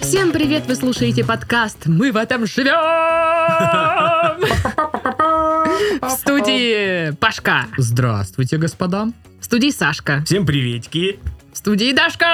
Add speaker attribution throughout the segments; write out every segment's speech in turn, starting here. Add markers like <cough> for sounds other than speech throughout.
Speaker 1: Всем привет! Вы слушаете подкаст «Мы в этом живем!» В студии Пашка,
Speaker 2: Здравствуйте, господа.
Speaker 1: в студии Сашка,
Speaker 3: Всем приветики.
Speaker 1: в студии Дашка!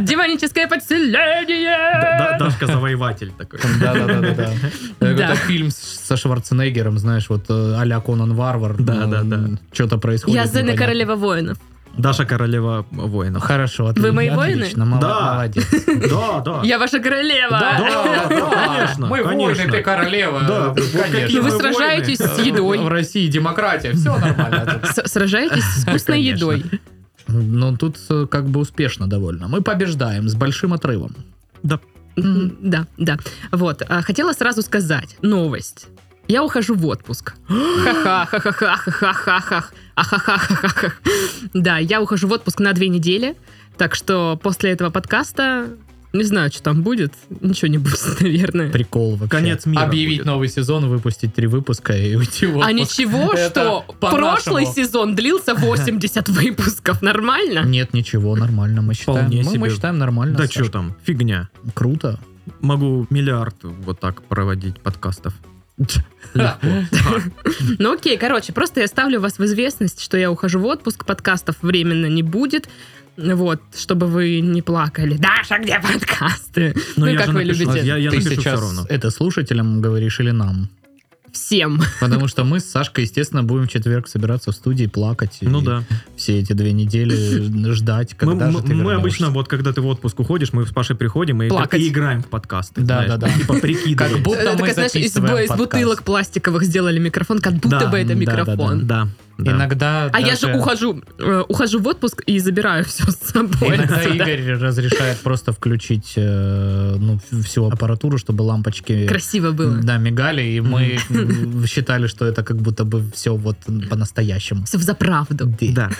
Speaker 1: Демоническое
Speaker 3: Да-
Speaker 1: подселение!
Speaker 3: Дашка завоеватель такой.
Speaker 2: Да-да-да-да.
Speaker 1: <laughs> Да.
Speaker 2: Как Э, фильм с- со Шварценеггером, знаешь, вот э, а-ля Конан Варвар.
Speaker 3: Да-да-да.
Speaker 2: Что-то происходит.
Speaker 1: Я Зена
Speaker 2: непонятно. Ну,
Speaker 1: Королева Воинов.
Speaker 3: Даша королева воинов.
Speaker 2: Хорошо, отлично.
Speaker 1: мои воины?
Speaker 2: отлично, мало-
Speaker 1: <laughs>
Speaker 3: Да.
Speaker 2: Молодец.
Speaker 3: Да, да.
Speaker 2: А.
Speaker 1: Я ваша королева!
Speaker 3: Да, да,
Speaker 2: <laughs>
Speaker 3: конечно. конечно.
Speaker 2: королева.
Speaker 3: Да, вот
Speaker 1: И
Speaker 3: какие
Speaker 1: вы
Speaker 3: мы воины.
Speaker 1: сражаетесь с едой.
Speaker 2: В России демократия, все нормально.
Speaker 1: С- Сражаетесь с вкусной
Speaker 2: Конечно.
Speaker 1: едой.
Speaker 2: Ну, тут э, как бы успешно довольно. Мы побеждаем с большим отрывом.
Speaker 1: М, Да, да. Вот. а, Хотела сразу сказать новость. Я ухожу в отпуск. Ха-ха, ха-ха-ха, ха-ха-ха-ха. Ахаха-ха-ха-ха. Да, я ухожу в отпуск на две недели. Так что после этого подкаста не знаю, что там будет. Ничего не будет, <laughs> наверное.
Speaker 2: Прикол вообще.
Speaker 3: Конец мира
Speaker 2: Объявить
Speaker 3: будет.
Speaker 2: новый сезон, выпустить три выпуска и уйти в
Speaker 1: А
Speaker 2: отпуск.
Speaker 1: ничего,
Speaker 2: Это
Speaker 1: что
Speaker 2: по-нашему.
Speaker 1: прошлый сезон длился 80 выпусков. Нормально?
Speaker 2: Нет, ничего, нормально. Мы считаем,
Speaker 3: Вполне
Speaker 2: мы, мы
Speaker 3: себе.
Speaker 2: считаем нормально.
Speaker 3: Да
Speaker 2: Саш.
Speaker 3: что там, фигня.
Speaker 2: Круто.
Speaker 3: Могу миллиард вот так проводить подкастов.
Speaker 2: Легко.
Speaker 1: Ну окей, короче, просто я ставлю вас в известность, что я ухожу в отпуск, подкастов временно не будет. Вот, чтобы вы не плакали. Даша, где подкасты? ну и
Speaker 3: я
Speaker 1: как
Speaker 3: же
Speaker 1: вы
Speaker 3: напишу.
Speaker 1: любите?
Speaker 3: Я я
Speaker 2: Ты
Speaker 3: напишу все
Speaker 2: сейчас
Speaker 3: равно.
Speaker 2: это слушателям говоришь или нам?
Speaker 1: Всем.
Speaker 2: Потому что мы с Сашкой, естественно, будем в четверг собираться в студии, плакать. и
Speaker 3: Ну да.
Speaker 2: Все эти
Speaker 3: <laughs>
Speaker 2: две недели ждать,
Speaker 3: Мы,
Speaker 2: когда же
Speaker 3: мы- мы
Speaker 2: ты вернешься.
Speaker 3: обычно, вот когда ты в отпуск уходишь, мы с Пашей приходим и,
Speaker 1: Плакать.
Speaker 3: и играем в подкасты.
Speaker 2: Да,
Speaker 3: знаешь,
Speaker 2: да, да.
Speaker 3: там, Типа
Speaker 2: Как
Speaker 3: прикидываем.
Speaker 2: будто
Speaker 1: Э,
Speaker 2: мы
Speaker 1: такая, знаешь, из,
Speaker 2: записываем
Speaker 1: бо- из
Speaker 2: подкаст.
Speaker 1: бутылок пластиковых сделали микрофон, как будто
Speaker 3: Да,
Speaker 1: бы это
Speaker 2: да,
Speaker 1: микрофон.
Speaker 3: Да. да.
Speaker 2: Иногда
Speaker 1: А я
Speaker 2: даже-
Speaker 1: же ухожу, э, ухожу в отпуск и забираю все с собой.
Speaker 2: Иногда
Speaker 1: отсюда.
Speaker 2: Игорь разрешает просто включить э, ну, ф- всю аппаратуру, чтобы лампочки
Speaker 1: Красиво было.
Speaker 2: да, мигали, и мы м, <laughs> считали, что это как будто бы все вот по-настоящему.
Speaker 1: Все в заправду.
Speaker 3: Да.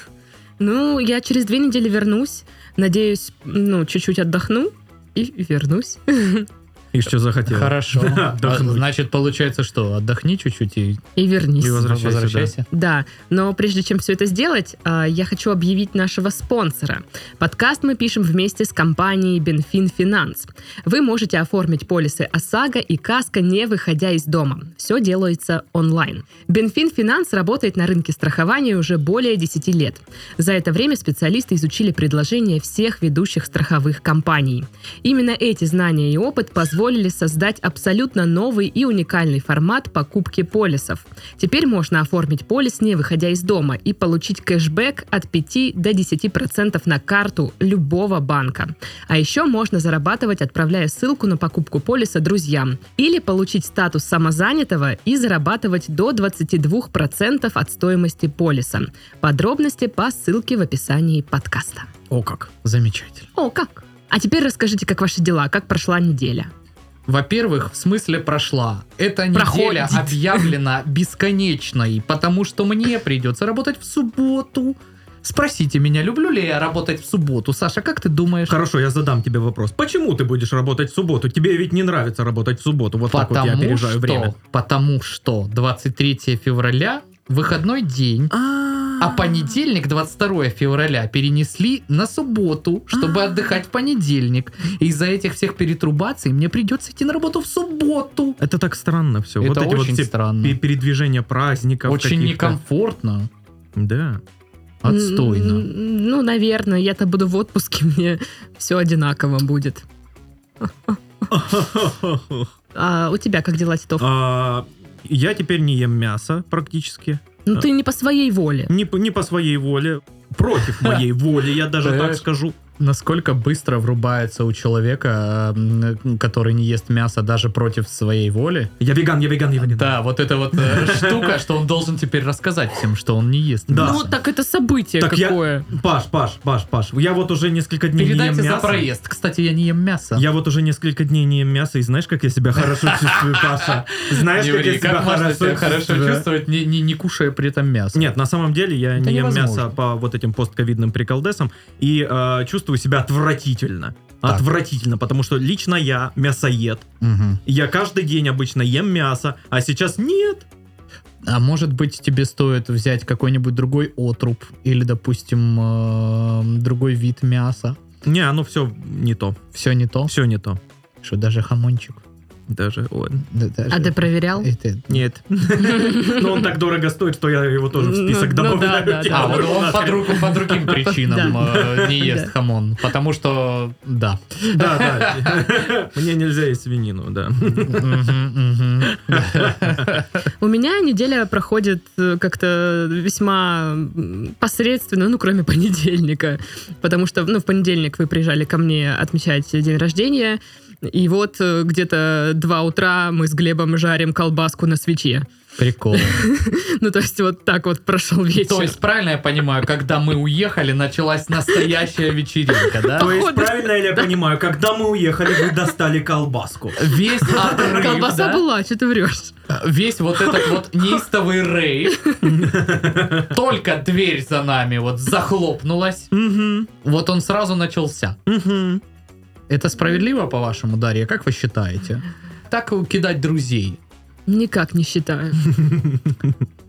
Speaker 1: Ну, я через две недели вернусь. Надеюсь, ну, чуть-чуть отдохну и вернусь.
Speaker 3: И что захотел.
Speaker 2: Хорошо.
Speaker 3: Да, отдохнуть.
Speaker 2: А, Значит, получается, что отдохни чуть-чуть и
Speaker 1: И вернись.
Speaker 3: И возвращайся,
Speaker 1: Да, но прежде чем все это сделать, а, я хочу объявить нашего спонсора. Подкаст мы пишем вместе с компанией Benfin Finance. Вы можете оформить полисы ОСАГО и КАСКО, не выходя из дома. Все делается онлайн. Benfin Finance работает на рынке страхования уже более 10 лет. За это время специалисты изучили предложения всех ведущих страховых компаний. Именно эти знания и опыт позволили создать абсолютно новый и уникальный формат покупки полисов. Теперь можно оформить полис, не выходя из дома, и получить кэшбэк от 5 до 10% на карту любого банка. А еще можно зарабатывать, отправляя ссылку на покупку полиса друзьям. Или получить статус самозанятого и зарабатывать до 22% от стоимости полиса. Подробности по ссылке в описании подкаста.
Speaker 2: О как, замечательно.
Speaker 1: О, как? А теперь расскажите, как ваши дела, как прошла неделя.
Speaker 2: Во-первых, в смысле прошла. Эта неделя
Speaker 1: Проходит.
Speaker 3: <laughs>
Speaker 2: объявлена бесконечной, потому что мне придется работать в субботу. Спросите меня, люблю ли я работать в субботу. Саша, как ты думаешь?
Speaker 3: Хорошо, я задам тебе вопрос. Почему ты будешь работать в субботу? Тебе ведь не нравится работать в субботу. Вот так вот я опережаю
Speaker 2: что,
Speaker 3: время.
Speaker 2: потому что 23 февраля выходной день, а понедельник, 22 февраля, перенесли на субботу, чтобы
Speaker 3: А.
Speaker 2: отдыхать в понедельник. И из-за этих всех перетрубаций мне придется идти на работу в субботу.
Speaker 3: Это так странно все. вот
Speaker 2: Это
Speaker 3: эти
Speaker 2: очень
Speaker 3: вот все
Speaker 2: странно.
Speaker 3: пе- передвижения праздников.
Speaker 2: Очень
Speaker 3: каких-то.
Speaker 2: некомфортно.
Speaker 3: Да.
Speaker 1: М,
Speaker 2: Отстойно.
Speaker 1: Ну, наверное, я-то буду в отпуске, <laughs> мне все одинаково будет. А у тебя как дела, Титов?
Speaker 3: <laughs> А, Я теперь не ем мясо практически.
Speaker 1: ну, ты не по своей воле.
Speaker 3: Не по не по своей воле. <laughs> Против моей воли, я даже так
Speaker 2: Так.
Speaker 3: скажу.
Speaker 2: Насколько быстро врубается у человека, м, который не ест мясо даже против своей воли.
Speaker 3: Я веган, я веган, я веган.
Speaker 2: Да, вот эта вот э, штука, что он должен теперь рассказать всем, что он не ест
Speaker 3: Да.
Speaker 1: Ну, так это событие
Speaker 3: Так я-
Speaker 1: какое.
Speaker 3: Паш, Паш, Паш, Паш. Я вот уже несколько дней не ем
Speaker 2: Передайте за
Speaker 3: мясо.
Speaker 2: проезд. Кстати, я не ем мясо.
Speaker 3: Я вот уже несколько дней не ем мясо, и знаешь, как я себя
Speaker 2: <laughs>
Speaker 3: хорошо чувствую, Паша? Знаешь,
Speaker 2: Не
Speaker 3: как я
Speaker 2: ври,
Speaker 3: себя
Speaker 2: как можно себя хорошо
Speaker 3: чувствую?
Speaker 2: чувствовать, не, не, не кушая при этом мясо?
Speaker 3: Нет, на самом деле я
Speaker 2: Это
Speaker 3: не ем
Speaker 2: невозможно.
Speaker 3: мясо по вот этим постковидным приколдесам и э, чувствую себя отвратительно.
Speaker 2: Так.
Speaker 3: Отвратительно, потому что лично я мясоед.
Speaker 2: Мгм.
Speaker 3: Я каждый день обычно ем мясо, а сейчас нет.
Speaker 2: А может быть, тебе стоит взять какой-нибудь другой отруб или, допустим, эм, другой вид мяса?
Speaker 3: Не, оно все не то.
Speaker 2: Все не то?
Speaker 3: Все не то.
Speaker 2: Что, даже хамончик?
Speaker 3: Даже ой,
Speaker 2: Да, даже-
Speaker 1: А ты проверял?
Speaker 2: Это-
Speaker 3: Нет. <laughs> Но он так дорого стоит, что я его тоже в
Speaker 1: Ну,
Speaker 3: список
Speaker 1: ну да, да,
Speaker 3: добавляю.
Speaker 1: да.
Speaker 3: <laughs>
Speaker 2: А, вот он по, друг- по <laughs> другим причинам э, не ест
Speaker 1: Да.
Speaker 2: хамон, потому что, да.
Speaker 3: Да, да. <laughs> Мне нельзя есть свинину, да.
Speaker 2: Мгм, мгм.
Speaker 1: У меня неделя проходит э, как-то весьма м, посредственно, ну, кроме <laughs> понедельника. Потому что, ну, в понедельник вы приезжали ко мне отмечать день рождения, и вот э, где-то два утра мы с Глебом жарим колбаску на свече. <laughs>
Speaker 2: Прикол.
Speaker 1: Ну, то есть вот так вот прошел вечер.
Speaker 2: То есть, правильно я понимаю, когда мы уехали, началась настоящая вечеринка, да?
Speaker 3: То есть,
Speaker 1: Походу.
Speaker 3: правильно я понимаю, когда мы уехали, вы достали колбаску.
Speaker 1: <laughs>
Speaker 2: Весь отрыв,
Speaker 1: Колбаса
Speaker 2: да?
Speaker 1: была, что ты врешь?
Speaker 2: весь вот этот вот неистовый <laughs> рейв, только дверь за нами вот захлопнулась,
Speaker 3: Мгм,
Speaker 2: вот он сразу начался.
Speaker 3: мгм.
Speaker 2: Это справедливо, по-вашему, Дарья? Как вы считаете? Так кидать друзей
Speaker 1: Никак не считаю.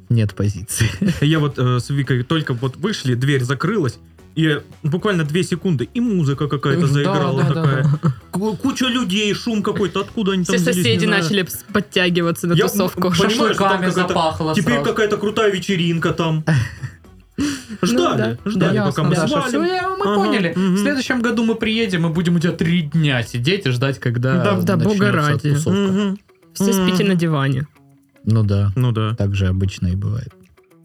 Speaker 2: нет позиции.
Speaker 3: Я вот э, с Викой только вот вышли, дверь закрылась, и буквально две секунды, и музыка какая-то
Speaker 2: Да,
Speaker 3: заиграла
Speaker 2: да, да,
Speaker 3: такая. Ку- Куча людей, шум какой-то, откуда они там
Speaker 1: Все
Speaker 3: взялись,
Speaker 1: соседи
Speaker 3: не знаю.
Speaker 1: начали пс- подтягиваться на
Speaker 3: Я
Speaker 1: тусовку.
Speaker 3: м- понимаю, что там
Speaker 2: Шашлыками
Speaker 3: какая-то-
Speaker 2: запахло
Speaker 3: Теперь
Speaker 2: сразу.
Speaker 3: Типа какая-то крутая вечеринка там.
Speaker 1: Ну
Speaker 3: Ждали,
Speaker 1: да.
Speaker 3: ждали,
Speaker 1: Да,
Speaker 3: пока
Speaker 1: ясно,
Speaker 3: мы
Speaker 1: да,
Speaker 2: Всё,
Speaker 3: свалим.
Speaker 2: я- мы
Speaker 3: Ага,
Speaker 2: поняли.
Speaker 3: мгм.
Speaker 2: В следующем году мы приедем и будем у тебя три дня сидеть и ждать, когда
Speaker 1: Да, да,
Speaker 2: начнётся
Speaker 1: бога ради.
Speaker 2: тусовка.
Speaker 3: Мгм.
Speaker 1: Все спите на диване.
Speaker 2: Ну да,
Speaker 3: Ну да.
Speaker 2: так же обычно и бывает.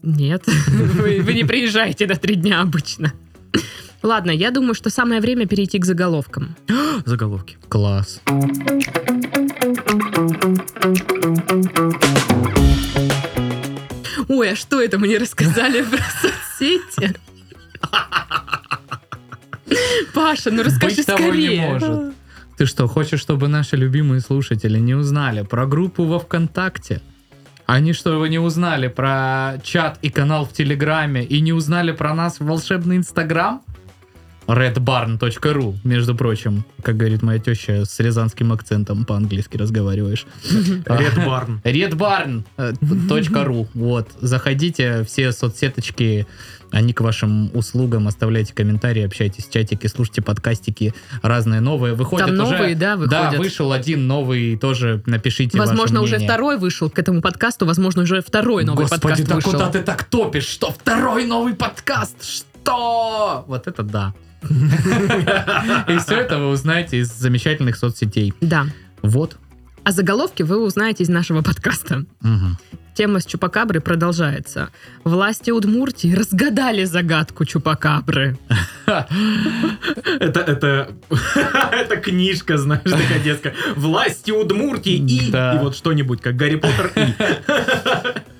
Speaker 1: Нет, <laughs> вы, вы не приезжаете на три дня обычно. Ладно, я думаю, что самое время перейти к заголовкам.
Speaker 3: Заголовки.
Speaker 2: Класс.
Speaker 1: Ой, а что это мне рассказали про соцсети? Паша, ну расскажи
Speaker 2: Быть того не
Speaker 1: скорее.
Speaker 2: может. Ты что, хочешь, чтобы наши любимые слушатели не узнали про группу во ВКонтакте? Они что, его не узнали про чат и канал в Телеграме и не узнали про нас в волшебный Инстаграм? redbarn.ru, между прочим, как говорит моя теща с рязанским акцентом по-английски разговариваешь.
Speaker 3: Ред Барн.
Speaker 2: э, redbarn.ru. Вот, заходите, все соцсеточки, они к вашим услугам. Оставляйте комментарии, общайтесь в чатике, слушайте подкастики разные новые. Выходят
Speaker 1: Там
Speaker 2: уже-
Speaker 1: новые, да, выходят?
Speaker 2: Да, вышел один новый, тоже напишите ваше
Speaker 1: Возможно, уже
Speaker 2: мнение.
Speaker 1: второй вышел к этому подкасту, возможно, уже второй новый
Speaker 2: Господи,
Speaker 1: подкаст
Speaker 2: да
Speaker 1: вышел.
Speaker 2: куда ты так топишь? Что, второй новый подкаст? Что? Вот это
Speaker 1: <laughs>
Speaker 2: да. И все это вы узнаете из замечательных соцсетей.
Speaker 1: Да.
Speaker 2: Вот.
Speaker 1: А заголовки вы узнаете из нашего подкаста.
Speaker 2: Мгм.
Speaker 1: Тема с Чупакабры продолжается. Власти Удмуртии разгадали загадку Чупакабры.
Speaker 3: Это, это, <laughs> это книжка, знаешь, такая детская. Власти Удмуртии и...
Speaker 2: Да.
Speaker 3: И вот что-нибудь, как Гарри Поттер <laughs> и...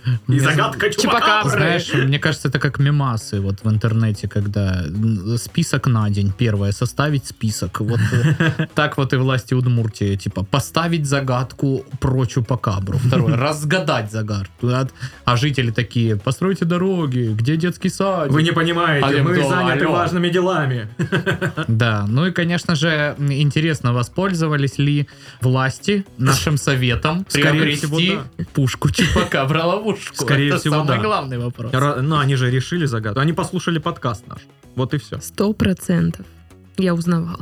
Speaker 3: И
Speaker 2: Мне
Speaker 3: загадка
Speaker 1: Чупакабры.
Speaker 3: Чупакабры.
Speaker 2: Знаешь, мне кажется, это как мемасы вот в интернете, когда м, список на день первое, составить список. Вот
Speaker 3: <laughs>
Speaker 2: э, так вот и власти Удмуртии, типа поставить загадку про Чупакабру.
Speaker 3: <laughs>
Speaker 2: Второе, разгадать загадку. А- А жители такие, постройте дороги, где детский сад?
Speaker 3: Вы не понимаете,
Speaker 2: А я
Speaker 3: мы
Speaker 2: думал,
Speaker 3: заняты
Speaker 2: алло.
Speaker 3: важными делами.
Speaker 2: Да, ну и, конечно же, м, интересно, воспользовались ли власти нашем советом
Speaker 3: <laughs> Скорее
Speaker 2: приобрести
Speaker 3: всего,
Speaker 2: пушку Чупакабра ловушку?
Speaker 3: Скорее
Speaker 2: Это
Speaker 3: всего,
Speaker 2: самый
Speaker 3: да.
Speaker 2: главный вопрос.
Speaker 3: Ра- Ну, они же решили загадку. Они послушали подкаст наш. Вот и все.
Speaker 1: Сто процентов. Я
Speaker 2: <laughs>
Speaker 1: узнавала.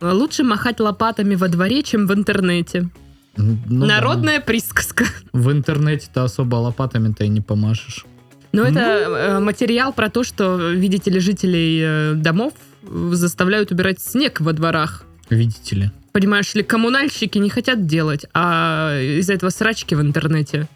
Speaker 1: Лучше махать лопатами во дворе, чем в интернете.
Speaker 2: Ну да.
Speaker 1: Народная присказка.
Speaker 2: В интернете ты особо лопатами-то и не помашешь.
Speaker 1: Но это
Speaker 2: Ну.
Speaker 1: э, материал про то, что, видите ли, жителей э, домов э, заставляют убирать снег во дворах.
Speaker 2: Видите ли.
Speaker 1: Понимаешь ли, коммунальщики не хотят делать, а из-за этого срачки в интернете.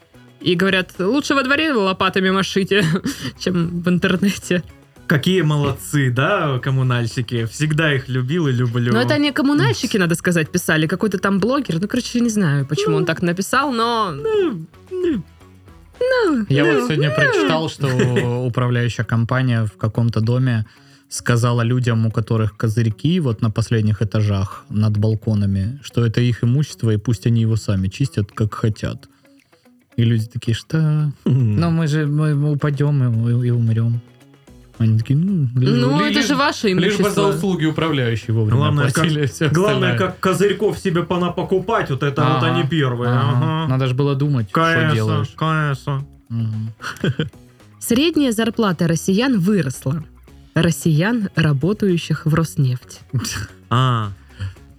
Speaker 1: И говорят, лучше во дворе лопатами машите, <laughs> чем в интернете.
Speaker 3: Какие молодцы, да, коммунальщики. Всегда их любил и люблю.
Speaker 1: Но это не коммунальщики, надо сказать, писали. Какой-то там блогер. Ну, короче, не знаю, почему
Speaker 2: Ну.
Speaker 1: он так написал, но...
Speaker 2: Я вот сегодня прочитал, что управляющая компания в каком-то доме сказала людям, у которых козырьки вот на последних этажах над балконами, что это их имущество, и пусть они его сами чистят, как хотят. И люди такие, что?
Speaker 3: М.
Speaker 1: Ну,
Speaker 2: Но мы же мы упадем и, и умрем. Они такие, ну, лишь-
Speaker 1: Ну,
Speaker 2: лишь-
Speaker 1: это же ваше
Speaker 2: Лишь бы за
Speaker 1: имущество.
Speaker 2: услуги управляющие вовремя
Speaker 3: Главное, как-
Speaker 2: оплатили, всё
Speaker 3: Главное,
Speaker 2: остальное.
Speaker 3: как козырьков себе пона покупать, вот это вот
Speaker 2: Ага,
Speaker 3: они первые.
Speaker 2: ага.
Speaker 3: Ага. Ну,
Speaker 2: Надо же было думать, что делаешь.
Speaker 3: КС, КС.
Speaker 2: Мгм.
Speaker 1: Средняя зарплата россиян выросла. Россиян, работающих в Роснефть.
Speaker 3: А,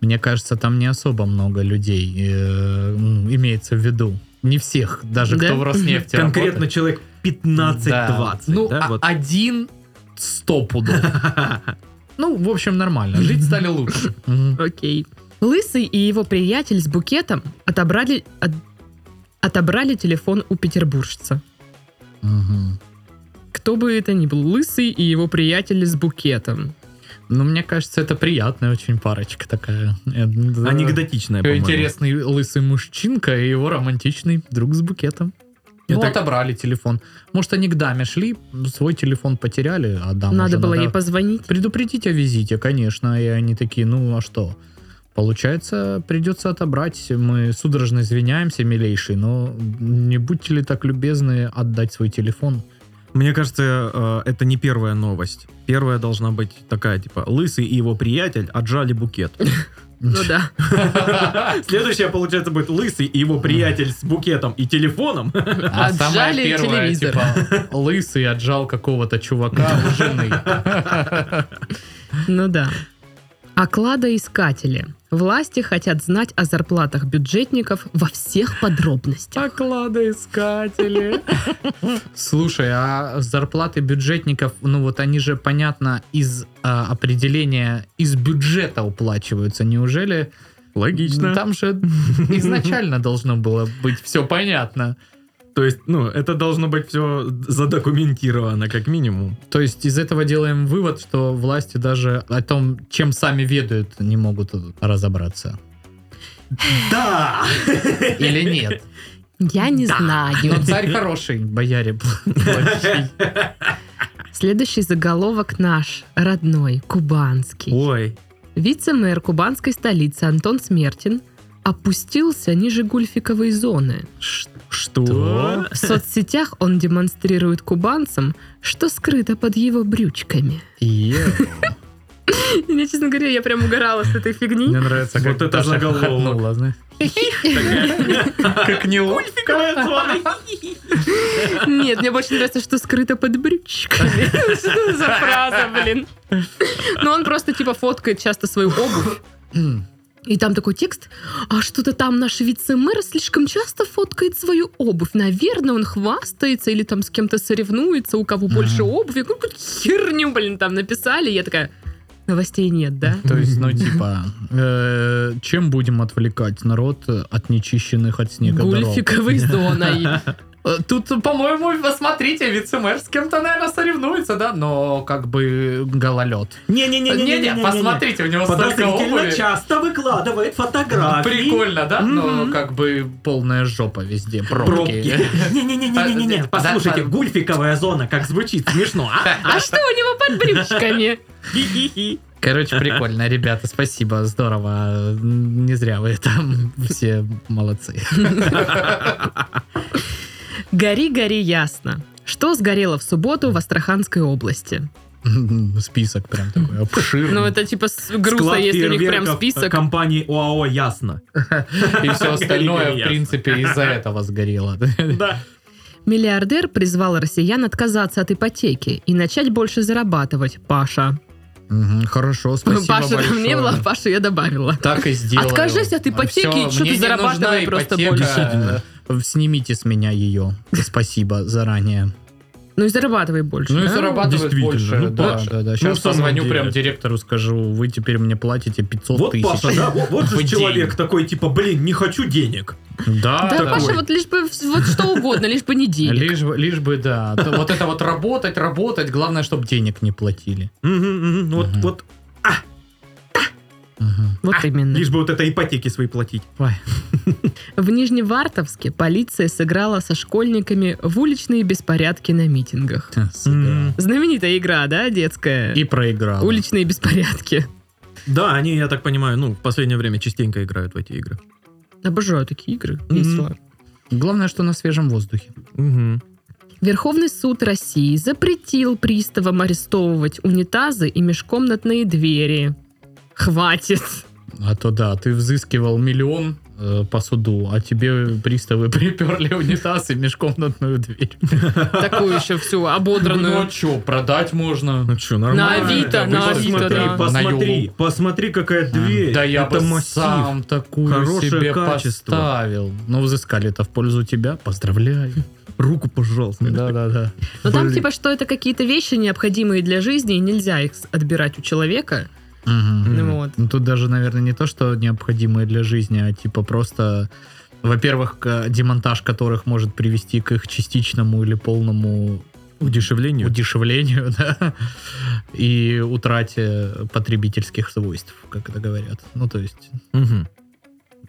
Speaker 2: Мне кажется, там не особо много людей э, ну, имеется в виду. Не всех, даже
Speaker 1: Да?
Speaker 2: кто в Роснефти
Speaker 3: конкретно человек
Speaker 2: работает.
Speaker 3: 15-20.
Speaker 2: Да. Ну,
Speaker 3: да,
Speaker 2: а-
Speaker 3: вот.
Speaker 2: один сто пудов. Ну, в общем, нормально. Жить стали лучше. Мгм.
Speaker 1: Окей. Лысый и его приятель с букетом отобрали, от- отобрали телефон у петербуржца.
Speaker 2: Мгм.
Speaker 1: Кто бы это ни был, Лысый и его приятель с букетом.
Speaker 2: Ну, мне кажется, это приятная очень парочка такая. Анекдот.
Speaker 3: Анекдотичное, по-моему.
Speaker 2: Интересный лысый мужчинка и его романтичный друг с букетом. Ну,
Speaker 3: Это-
Speaker 2: отобрали телефон. Может, они к даме шли, свой телефон потеряли, а дама
Speaker 1: надо
Speaker 2: же
Speaker 1: было ей позвонить.
Speaker 2: предупредить о визите, конечно. И они такие, ну а что? Получается, придется отобрать. Мы судорожно извиняемся, милейший, но не будьте ли так любезны отдать свой <laughs> телефон?
Speaker 3: Мне кажется, э, это не первая новость. Первая должна быть такая, типа, Лысый и его приятель отжали
Speaker 2: <laughs>
Speaker 3: букет.
Speaker 1: Ну да.
Speaker 2: А
Speaker 3: Следующая, получается, будет Лысый и его приятель с букетом и телефоном. <laughs>
Speaker 2: А самая
Speaker 1: Отжали
Speaker 2: первая,
Speaker 1: телевизор.
Speaker 2: типа, лысый отжал какого-то чувака у жены.
Speaker 1: Ну да. Окладоискатели. Власти хотят знать о зарплатах бюджетников во всех подробностях.
Speaker 2: Окладоискатели. Слушай, а зарплаты бюджетников, ну вот они же, понятно, из а, определения, из бюджета уплачиваются. Неужели Ну,
Speaker 3: <laughs>
Speaker 2: Там же изначально должно было быть все понятно.
Speaker 3: То есть, ну, это должно быть все задокументировано, как минимум.
Speaker 2: То есть из этого делаем вывод, что власти даже о том, чем сами ведают, не могут разобраться.
Speaker 3: Да!
Speaker 2: Или нет.
Speaker 1: Я не
Speaker 2: Но
Speaker 1: знаю.
Speaker 2: царь хороший, бояре плохие.
Speaker 1: Следующий заголовок наш, родной, кубанский.
Speaker 3: Ой.
Speaker 1: Вице-мэр кубанской столицы Антон Смертин опустился ниже гульфиковой зоны.
Speaker 3: Ш- Что?
Speaker 2: Что?
Speaker 1: В соцсетях он демонстрирует кубанцам, что скрыто под его брючками.
Speaker 2: Е,
Speaker 1: Я, честно говоря, я прям угорала с этой фигни.
Speaker 2: Мне нравится, как
Speaker 3: Вот это
Speaker 2: Таша
Speaker 3: заголовок.
Speaker 2: хохотнула, знаешь. Как неловко. <laughs>
Speaker 1: Нет, мне больше нравится, что скрыто под брючками. Что за фраза, блин? Но он просто типа фоткает часто свою обувь. И там такой текст, а что-то там наш вице-мэр слишком часто фоткает свою обувь. Наверное, он хвастается или там с кем-то соревнуется, у кого больше
Speaker 2: Ага.
Speaker 1: обуви. Какую-то херню, блин, там написали. Я такая, новостей нет, да?
Speaker 2: То есть, ну, типа, э, чем будем отвлекать народ от нечищенных от снега дорог?
Speaker 1: Гульфиковой зоной.
Speaker 2: Э, Тут, по-моему, посмотрите, вице-мэр с кем-то, наверное, соревнуется, да? Но как бы гололед. Не-не,
Speaker 3: Не-не-не-не-не-не-не-не.
Speaker 2: посмотрите, у него столько обуви.
Speaker 3: часто выкладывает фотографии.
Speaker 2: Прикольно, да? Но
Speaker 3: Мгм.
Speaker 2: как бы полная жопа везде, пробки.
Speaker 3: Пробки. Не-не-не-не-не-не.
Speaker 2: Да,
Speaker 3: Послушайте,
Speaker 2: да.
Speaker 3: гульфиковая зона, как звучит смешно, а?
Speaker 1: А что у него под брючками?
Speaker 3: Хи-хи-хи.
Speaker 2: <laughs> Короче, прикольно, ребята, спасибо, здорово. Не зря вы там все молодцы. <laughs>
Speaker 1: Гори, гори, ясно. Что сгорело в субботу в Астраханской области?
Speaker 2: Список прям такой обширный.
Speaker 1: Ну, это типа с грустно,
Speaker 3: Склад
Speaker 1: если у них прям
Speaker 3: фейерверков
Speaker 1: список.
Speaker 3: Компании ОАО «Ясно».
Speaker 2: И
Speaker 1: <laughs>
Speaker 2: все остальное, в
Speaker 3: Гори-гори,
Speaker 2: принципе, из-за этого сгорело. <laughs>
Speaker 3: Да.
Speaker 1: Миллиардер призвал россиян отказаться от ипотеки и начать больше зарабатывать. Паша.
Speaker 2: Мгм, Хорошо, спасибо
Speaker 1: Ну, Паша там не
Speaker 2: большое.
Speaker 1: было, а Пашу я добавила.
Speaker 2: Так и сделаю.
Speaker 1: Откажись от ипотеки,
Speaker 2: Всё,
Speaker 1: и чё
Speaker 2: мне
Speaker 1: ты
Speaker 2: не
Speaker 1: зарабатывай
Speaker 2: нужна
Speaker 1: просто
Speaker 2: ипотека.
Speaker 1: больше.
Speaker 2: Э, Снимите с меня ее. Спасибо заранее.
Speaker 1: Ну и зарабатывай больше.
Speaker 2: Ну и
Speaker 1: да?
Speaker 2: зарабатывать
Speaker 3: действительно,
Speaker 2: больше.
Speaker 3: ну,
Speaker 2: да,
Speaker 3: Паша.
Speaker 2: да, да.
Speaker 3: Ну,
Speaker 2: Сейчас
Speaker 3: в самом
Speaker 2: позвоню
Speaker 3: деле.
Speaker 2: прям директору, скажу, вы теперь мне платите 500
Speaker 3: Вот
Speaker 2: тысяч.
Speaker 3: Паша, да? Вот, вот
Speaker 2: В
Speaker 3: же
Speaker 2: день.
Speaker 3: человек такой, типа, блин, не хочу денег.
Speaker 2: Да,
Speaker 3: А,
Speaker 1: Да,
Speaker 2: да.
Speaker 1: Паша, вот лишь бы вс- вот что угодно, лишь бы не денег.
Speaker 2: Лишь, бы- лишь бы, да. То Вот это вот работать, работать. Главное, чтобы денег не платили.
Speaker 3: Мгм, мгм, Вот,
Speaker 2: Мгм.
Speaker 3: вот,
Speaker 2: Мгм.
Speaker 1: Вот именно.
Speaker 3: лишь бы вот это ипотеки свои платить.
Speaker 2: Ой.
Speaker 1: В Нижневартовске полиция сыграла со школьниками в уличные беспорядки на митингах.
Speaker 2: Ха, сыграл.
Speaker 3: М.
Speaker 1: Знаменитая игра, да, детская?
Speaker 2: И проиграл.
Speaker 1: Уличные беспорядки.
Speaker 3: Да, они, я так понимаю, ну, в последнее время частенько играют в эти игры.
Speaker 1: Обожаю такие игры.
Speaker 3: Мгм.
Speaker 1: Весело.
Speaker 2: Главное, что на свежем воздухе.
Speaker 3: Мгм.
Speaker 1: Верховный суд России запретил приставам арестовывать унитазы и межкомнатные двери. Хватит.
Speaker 2: А то да, ты взыскивал миллион э, по суду, а тебе приставы <laughs> приперли унитаз и межкомнатную дверь.
Speaker 1: Такую еще всю
Speaker 2: Ну а
Speaker 1: ободранную.
Speaker 2: чё, продать можно?
Speaker 3: Ну что, нормально?
Speaker 1: Авито,
Speaker 3: Вы
Speaker 1: на
Speaker 3: посмотри,
Speaker 1: Авито, да.
Speaker 2: На
Speaker 3: Посмотри,
Speaker 2: ёлу.
Speaker 3: посмотри, какая дверь.
Speaker 2: Да я
Speaker 3: Это
Speaker 2: бы
Speaker 3: массив.
Speaker 2: сам такую
Speaker 3: Хорошее
Speaker 2: себе
Speaker 3: качество.
Speaker 2: поставил. Но взыскали-то в пользу тебя,
Speaker 3: <laughs>
Speaker 2: поздравляю.
Speaker 3: Руку, пожалуйста.
Speaker 2: Да-да-да.
Speaker 1: Но там
Speaker 3: Блин.
Speaker 1: типа, что это какие-то вещи необходимые для жизни, и нельзя их отбирать у человека.
Speaker 2: Мгм.
Speaker 3: Мгм.
Speaker 1: Вот.
Speaker 2: Ну, Тут даже, наверное, не то, что необходимое для жизни, а типа просто, во-первых, к- демонтаж которых может привести к их частичному или полному
Speaker 3: Удешевлению.
Speaker 2: удешевлению, <laughs> да, и утрате потребительских свойств, как это говорят. Ну, то есть
Speaker 3: Мгм.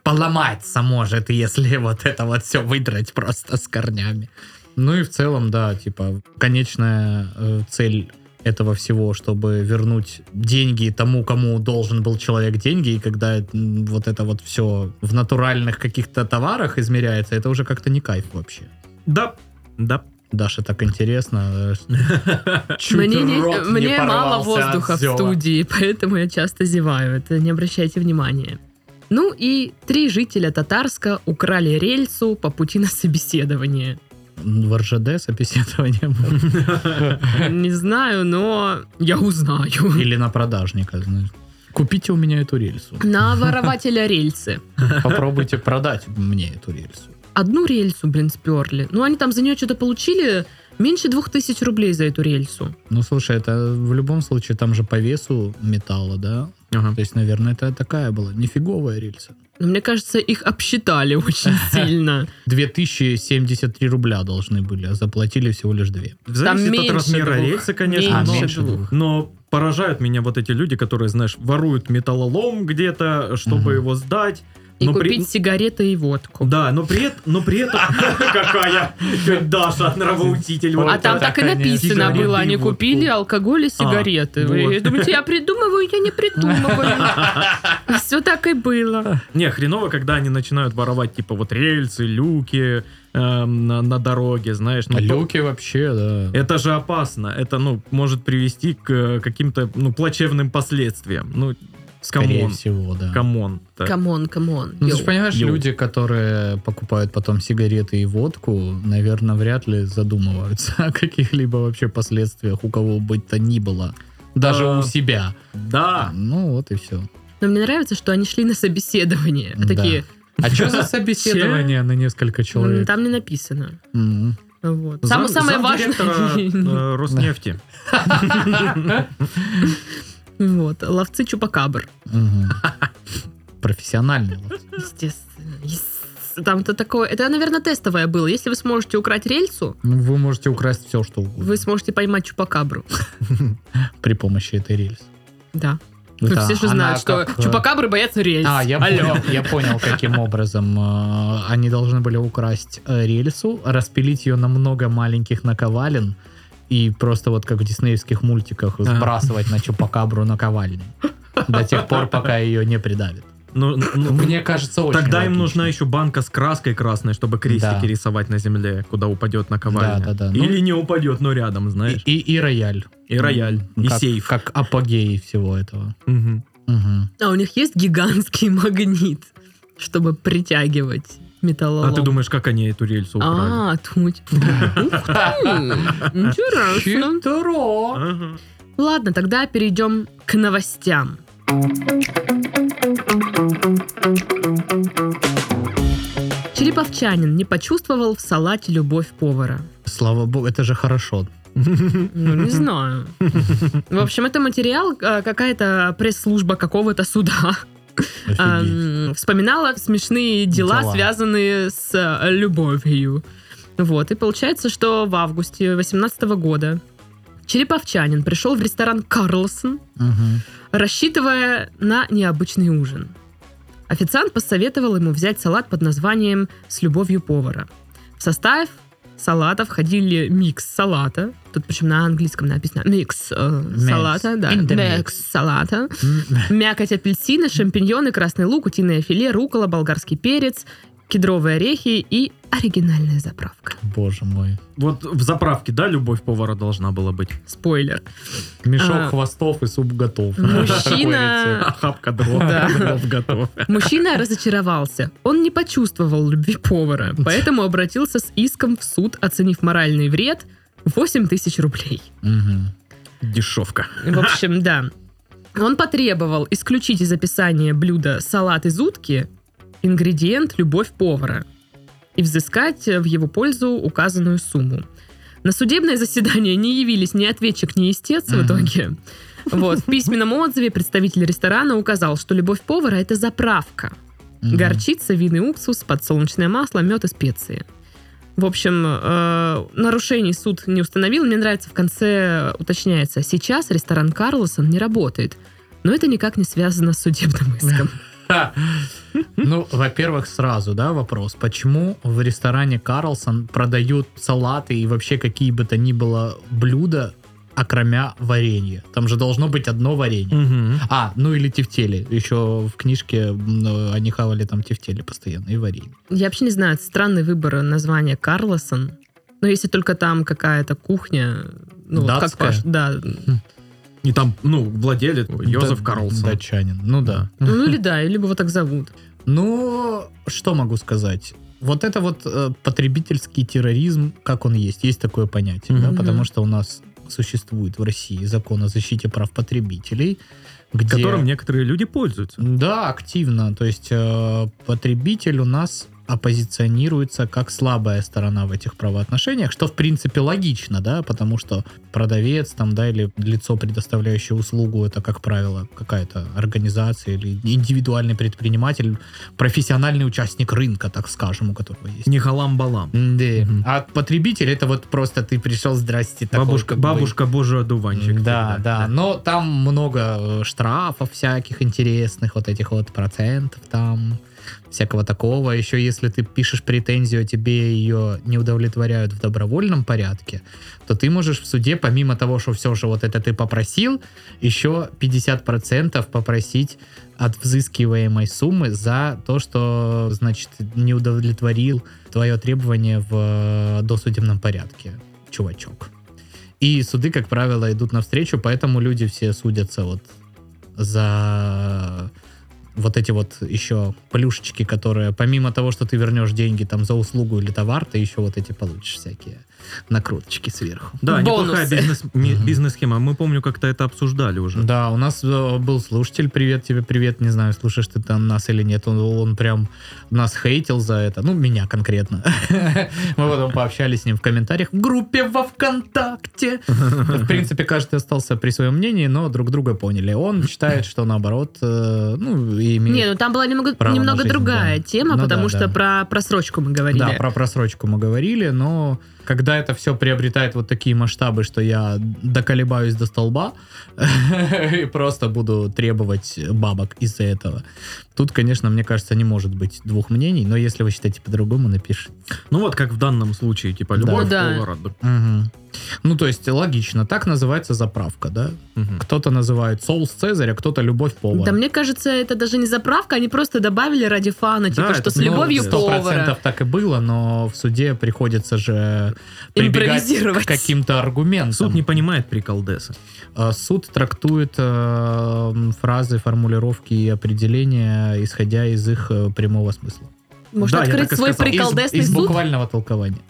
Speaker 2: поломаться может, если <laughs> вот это вот все выдрать просто с корнями. Ну и в целом, да, типа, конечная э, цель этого всего, чтобы вернуть деньги тому, кому должен был человек деньги, и когда м, вот это вот все в натуральных каких-то товарах измеряется, это уже как-то не кайф вообще.
Speaker 3: Да, да.
Speaker 2: Даша, так интересно. э, <laughs> чуть
Speaker 1: мне не-
Speaker 2: рот не
Speaker 1: мне мало
Speaker 2: порвался от
Speaker 1: воздуха в
Speaker 2: зёва.
Speaker 1: студии, поэтому я часто зеваю. Это не обращайте внимания. Ну и три жителя Татарска украли рельсу по пути на собеседование.
Speaker 2: В РЖД собеседование было.
Speaker 1: Не знаю, но я узнаю.
Speaker 2: Или на продажника, знаешь. Купите у меня эту рельсу.
Speaker 1: На ворователя рельсы.
Speaker 2: Попробуйте продать мне эту рельсу.
Speaker 1: Одну рельсу, блин, сперли. Ну, они там за нее что-то получили меньше двух тысяч рублей за эту рельсу.
Speaker 2: Ну, слушай, это в любом случае там же по весу металла, да?
Speaker 3: Ага.
Speaker 2: То есть, наверное, это такая была нифиговая рельса.
Speaker 1: Но мне кажется, их обсчитали
Speaker 3: <laughs>
Speaker 1: очень сильно.
Speaker 2: 2073 рубля должны были, а заплатили всего лишь две.
Speaker 3: Зависит от
Speaker 1: меньше
Speaker 3: размера
Speaker 1: двух.
Speaker 3: рельсы, конечно.
Speaker 2: А,
Speaker 3: но-
Speaker 2: меньше двух.
Speaker 3: Но поражают меня вот эти люди, которые, знаешь, воруют металлолом где-то, чтобы
Speaker 2: Мгм.
Speaker 3: его сдать.
Speaker 1: И
Speaker 3: но Ну, при-
Speaker 1: купить сигареты и водку.
Speaker 3: Да, но при, эт- но при
Speaker 2: <laughs>
Speaker 3: этом... Какая тетя Даша, нравоучитель. вот
Speaker 1: А
Speaker 2: Вот
Speaker 3: эта.
Speaker 1: там
Speaker 2: это,
Speaker 1: так и
Speaker 2: конечно.
Speaker 1: написано
Speaker 3: Сигареты
Speaker 1: было,
Speaker 3: и
Speaker 1: они
Speaker 3: водку. А,
Speaker 1: купили алкоголь и сигареты. Вы
Speaker 3: вот.
Speaker 1: думаете, я придумываю, я
Speaker 3: <laughs>
Speaker 1: не придумываю. Все так и
Speaker 3: <laughs>
Speaker 1: было.
Speaker 3: Не, хреново, когда они начинают воровать, типа, вот рельсы, люки эм, на, на дороге, знаешь. ну,
Speaker 2: А
Speaker 3: то-
Speaker 2: Люки вообще, да.
Speaker 3: Это же опасно. Это, ну, может привести к э, каким-то, ну, плачевным последствиям. Ну, с
Speaker 2: Скорее
Speaker 3: камон.
Speaker 2: всего, да.
Speaker 3: Камон. так.
Speaker 1: Камон, камон.
Speaker 2: Ну, ты же понимаешь,
Speaker 3: Йоу.
Speaker 2: люди, которые покупают потом сигареты и водку, наверное, вряд ли задумываются <laughs> о каких-либо вообще последствиях у кого бы то ни было. Даже
Speaker 3: А.
Speaker 2: у себя.
Speaker 3: Да.
Speaker 2: Ну, вот и все.
Speaker 1: Но мне нравится, что они шли на собеседование.
Speaker 2: Да.
Speaker 1: Такие,
Speaker 2: А что <laughs> за собеседование на несколько
Speaker 1: «М,
Speaker 2: человек?
Speaker 1: там не написано.
Speaker 2: Мгм.
Speaker 1: Вот. Сам-
Speaker 3: Зам-
Speaker 1: Самое <laughs> важное.
Speaker 3: замдиректора, э, Роснефти.
Speaker 1: Вот. Ловцы чупакабр.
Speaker 2: Мгм. Профессиональный. вот.
Speaker 1: Естественно. Ес- Там-то такое... Это, наверное, тестовое было. Если вы сможете украть рельсу,
Speaker 2: Ну, Вы можете украсть все, что угодно
Speaker 1: вы сможете поймать чупакабру. <laughs>
Speaker 2: при помощи этой рельсы.
Speaker 1: Да. Ну,
Speaker 2: Это
Speaker 1: все же
Speaker 2: она
Speaker 1: знают, что
Speaker 2: как, э,
Speaker 1: чупакабры боятся рельс.
Speaker 2: А, я
Speaker 1: Алло.
Speaker 2: понял, я понял, каким образом э, они должны были украсть э, рельсу, распилить ее на много маленьких наковален и просто вот как в диснеевских мультиках сбрасывать на чупакабру наковальни до тех пор, пока ее не придавит.
Speaker 3: Ну, ну, ну,
Speaker 2: Мне кажется, очень
Speaker 3: Тогда им
Speaker 2: логично.
Speaker 3: нужна еще банка с краской красной, чтобы крестики
Speaker 2: Да.
Speaker 3: рисовать на земле, куда упадет наковальня.
Speaker 2: Да-да-да. Ну-
Speaker 3: Или не упадет, но рядом, знаешь.
Speaker 2: и, и, и рояль.
Speaker 3: И, рояль, и
Speaker 2: как,
Speaker 3: сейф.
Speaker 2: Как апогей всего этого.
Speaker 3: Мгм.
Speaker 2: Мгм.
Speaker 1: А у них есть гигантский <laughs> магнит, чтобы притягивать металлолом.
Speaker 3: А ты думаешь, как они эту рельсу украли?
Speaker 1: А, тут. Ух ты!
Speaker 2: <laughs>
Speaker 1: Интересно.
Speaker 2: Хитро.
Speaker 3: Ага.
Speaker 1: Ладно, тогда перейдем к новостям. Череповчанин не почувствовал в салате любовь повара.
Speaker 2: Слава богу, это же хорошо.
Speaker 1: Ну, не знаю. В общем, это материал э, какая-то пресс-служба какого-то суда.
Speaker 2: Офигеть.
Speaker 1: Эм, вспоминала смешные дела,
Speaker 2: Дела.
Speaker 1: связанные с э, любовью. Вот, и получается, что в августе 2018 года Череповчанин пришел в ресторан «Карлсон»,
Speaker 2: Мгм.
Speaker 1: рассчитывая на необычный ужин. Официант посоветовал ему взять салат под названием «С любовью повара». В состав салата входили микс салата, тут причем на английском написано микс э,
Speaker 2: Mix.
Speaker 1: салата, да,
Speaker 2: In the mix.
Speaker 1: микс салата,
Speaker 2: <laughs> М.
Speaker 1: Мякоть апельсина, шампиньоны, красный лук, утиное филе, рукола, болгарский перец кедровые орехи и оригинальная заправка.
Speaker 2: Боже мой.
Speaker 3: Вот в заправке, да, любовь повара должна была быть? <laughs>
Speaker 1: Спойлер.
Speaker 2: Мешок
Speaker 1: А.
Speaker 2: хвостов и суп готов. <laughs> э,
Speaker 1: Мужчина,
Speaker 3: Охапка А дров,
Speaker 1: Да.
Speaker 3: дров готов.
Speaker 1: мужчина разочаровался. Он не почувствовал любви повара, поэтому обратился с иском в суд, оценив моральный вред 8 тысяч рублей.
Speaker 2: Мгм.
Speaker 3: Дешевка.
Speaker 1: В общем, да. Он потребовал исключить из описания блюда салат из утки ингредиент «любовь повара» и взыскать в его пользу указанную сумму. На судебное заседание не явились ни ответчик, ни истец в
Speaker 2: Мгм.
Speaker 1: итоге. Вот. В письменном отзыве представитель ресторана указал, что любовь повара – это заправка.
Speaker 2: Мгм.
Speaker 1: Горчица, винный уксус, подсолнечное масло, мед и специи. В общем, э, нарушений суд не установил. Мне нравится, в конце уточняется, сейчас ресторан Карлсон не работает. Но это никак не связано с
Speaker 2: <laughs>
Speaker 1: судебным иском.
Speaker 2: Ха. Ну, во-первых, сразу, да, вопрос. Почему в ресторане Карлсон продают салаты и вообще какие бы то ни было блюда, окромя варенья? Там же должно быть одно варенье. А, ну или тефтели. Еще в книжке м, э, они хавали там тефтели постоянно и варенье.
Speaker 1: Я вообще не знаю, это странный выбор названия Карлсон. Но если только там какая-то кухня... Ну, вот как
Speaker 2: Датская?
Speaker 1: ваш- да.
Speaker 3: И там, ну, владелец Йозеф
Speaker 2: Да-
Speaker 3: Карлсон.
Speaker 2: Датчанин, ну да.
Speaker 1: Ну или да, или его так зовут.
Speaker 2: Ну, что могу сказать? Вот это вот э, потребительский терроризм, как он есть, есть такое понятие, да,
Speaker 1: Мгм.
Speaker 2: потому что у нас существует в России закон о защите прав потребителей, где...
Speaker 3: Которым некоторые люди пользуются.
Speaker 2: Да, активно, то есть э, потребитель у нас оппозиционируется как слабая сторона в этих правоотношениях, что в принципе логично, да, потому что продавец там, да, или лицо, предоставляющее услугу, это, как правило, какая-то организация или индивидуальный предприниматель, профессиональный участник рынка, так скажем, у которого есть.
Speaker 3: Не халам-балам.
Speaker 2: М-да.
Speaker 3: Мгм.
Speaker 2: А потребитель это вот просто ты пришел, здрасте, такой,
Speaker 3: Бабушка,
Speaker 2: как бы,
Speaker 3: бабушка божий одуванчик.
Speaker 2: да, Ну, да, но там много э, штрафов всяких интересных, вот этих вот процентов там, всякого такого. Еще если ты пишешь претензию, а тебе ее не удовлетворяют в добровольном порядке, то ты можешь в суде, помимо того, что все же вот это ты попросил, еще 50% попросить от взыскиваемой суммы за то, что, значит, не удовлетворил твое требование в э, досудебном порядке, чувачок. И суды, как правило, идут навстречу, поэтому люди все судятся вот за вот эти вот еще плюшечки, которые помимо того, что ты вернешь деньги там за услугу или товар, ты еще вот эти получишь всякие накруточки сверху.
Speaker 3: Да, неплохая
Speaker 1: Бонусы.
Speaker 3: бизнес- ми-
Speaker 2: Мгм.
Speaker 3: бизнес-схема. Мы, помню, как-то это обсуждали уже.
Speaker 2: Да, у нас э, был слушатель, привет тебе, привет, не знаю, слушаешь ты там нас или нет, он, он прям нас хейтил за это, ну, меня конкретно. <laughs> Мы потом пообщались с ним в комментариях в группе во ВКонтакте. В принципе, каждый остался при своем мнении, но друг друга поняли. Он считает, что наоборот, э, ну, и имеет-
Speaker 1: Не, ну там была немного,
Speaker 2: право на
Speaker 1: немного
Speaker 2: жизнь,
Speaker 1: другая
Speaker 2: да.
Speaker 1: тема,
Speaker 2: Ну
Speaker 1: потому
Speaker 2: да,
Speaker 1: что
Speaker 2: да.
Speaker 1: про просрочку мы говорили.
Speaker 2: Да, про просрочку мы говорили, но когда это все приобретает вот такие масштабы, что я доколебаюсь до столба <laughs> и просто буду требовать бабок из-за этого, тут, конечно, мне кажется, не может быть двух мнений, но если вы считаете по-другому, напишите.
Speaker 3: Ну вот как в данном случае, типа,
Speaker 2: Да.
Speaker 3: любовь
Speaker 1: Да.
Speaker 3: повара. да.
Speaker 2: Мгм. Ну, то есть, логично, так называется заправка, да?
Speaker 3: Мгм.
Speaker 2: Кто-то называет соус Цезарь, а кто-то любовь повара.
Speaker 1: Да мне кажется, это даже не заправка, они просто добавили ради фана, типа,
Speaker 3: Да,
Speaker 1: что
Speaker 3: это
Speaker 1: с
Speaker 2: Ну,
Speaker 1: любовью
Speaker 3: сто
Speaker 1: повара.
Speaker 2: процентов так и было, но в суде приходится же прибегать
Speaker 1: Импровизировать.
Speaker 2: к каким-то аргументам.
Speaker 3: Суд не понимает приколдеса.
Speaker 2: А Суд трактует э, фразы, формулировки и определения, исходя из их э, прямого смысла.
Speaker 1: Может,
Speaker 3: Да, я
Speaker 1: открыть
Speaker 3: так и
Speaker 1: свой
Speaker 3: сказал. Из-
Speaker 1: приколдесный
Speaker 2: Из
Speaker 1: суд?
Speaker 2: буквального толкования.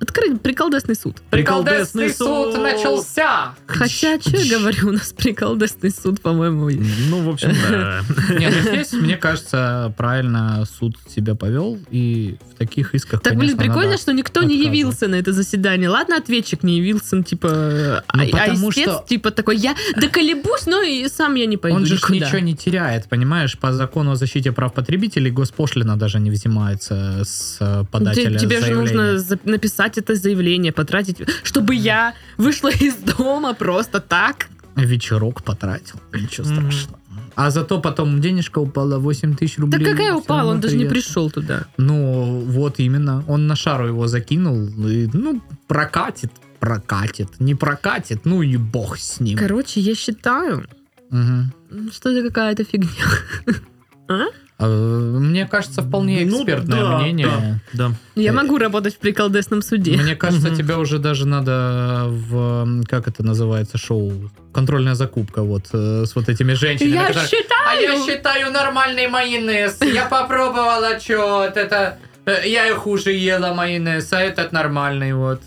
Speaker 1: Открыть приколдесный суд.
Speaker 3: Приколдесный суд
Speaker 2: начался!
Speaker 1: Хотя, что я говорю, у нас приколдесный суд, по-моему, и-
Speaker 3: Ну, в
Speaker 2: <laughs>
Speaker 3: общем, да.
Speaker 2: Нет, ну здесь, мне кажется, правильно суд себя повел, и в таких исках,
Speaker 1: Так, блин,
Speaker 2: конечно, Ну,
Speaker 1: прикольно,
Speaker 2: надо-
Speaker 1: что никто не
Speaker 2: отказывать.
Speaker 1: явился на это заседание. Ладно, ответчик не явился, ну, типа...
Speaker 2: Ну,
Speaker 1: а, а
Speaker 2: потому
Speaker 1: истец,
Speaker 2: что-
Speaker 1: типа, такой, я доколебусь, но и сам я не пойду
Speaker 2: Он же ж
Speaker 1: никуда.
Speaker 2: ничего не теряет, понимаешь? По закону о защите прав потребителей госпошлина даже не взимается с э,
Speaker 1: Ну, ты-
Speaker 2: подателя
Speaker 1: тебе же
Speaker 2: заявления.
Speaker 1: нужно за- написать это заявление, потратить, чтобы я вышла из дома просто так.
Speaker 2: Вечерок потратил. Ничего
Speaker 3: Мгм.
Speaker 2: страшного. А зато потом денежка упала 8 тысяч
Speaker 1: Да
Speaker 2: рублей.
Speaker 1: какая
Speaker 2: Всё
Speaker 1: упала, он
Speaker 2: равно
Speaker 1: даже не
Speaker 2: приятно.
Speaker 1: пришел туда.
Speaker 2: Ну, вот именно. Он на шару его закинул. и, ну, прокатит, прокатит. Не прокатит, ну и бог с ним.
Speaker 1: Короче, я считаю,
Speaker 2: Мгм.
Speaker 1: что это какая-то фигня.
Speaker 2: Э, Мне кажется, вполне
Speaker 3: Ну,
Speaker 2: экспертное
Speaker 3: да,
Speaker 2: мнение.
Speaker 3: Да.
Speaker 1: Я могу работать в приколдесном суде.
Speaker 2: Э,
Speaker 1: <laughs>
Speaker 2: Мне кажется,
Speaker 3: Мгм.
Speaker 2: тебя уже даже надо в м, как это называется шоу контрольная закупка вот э, с вот этими женщинами.
Speaker 1: Я
Speaker 2: которые, А я считаю нормальный майонез. Я попробовала что это. э, Я и хуже ела майонез, а этот нормальный, вот.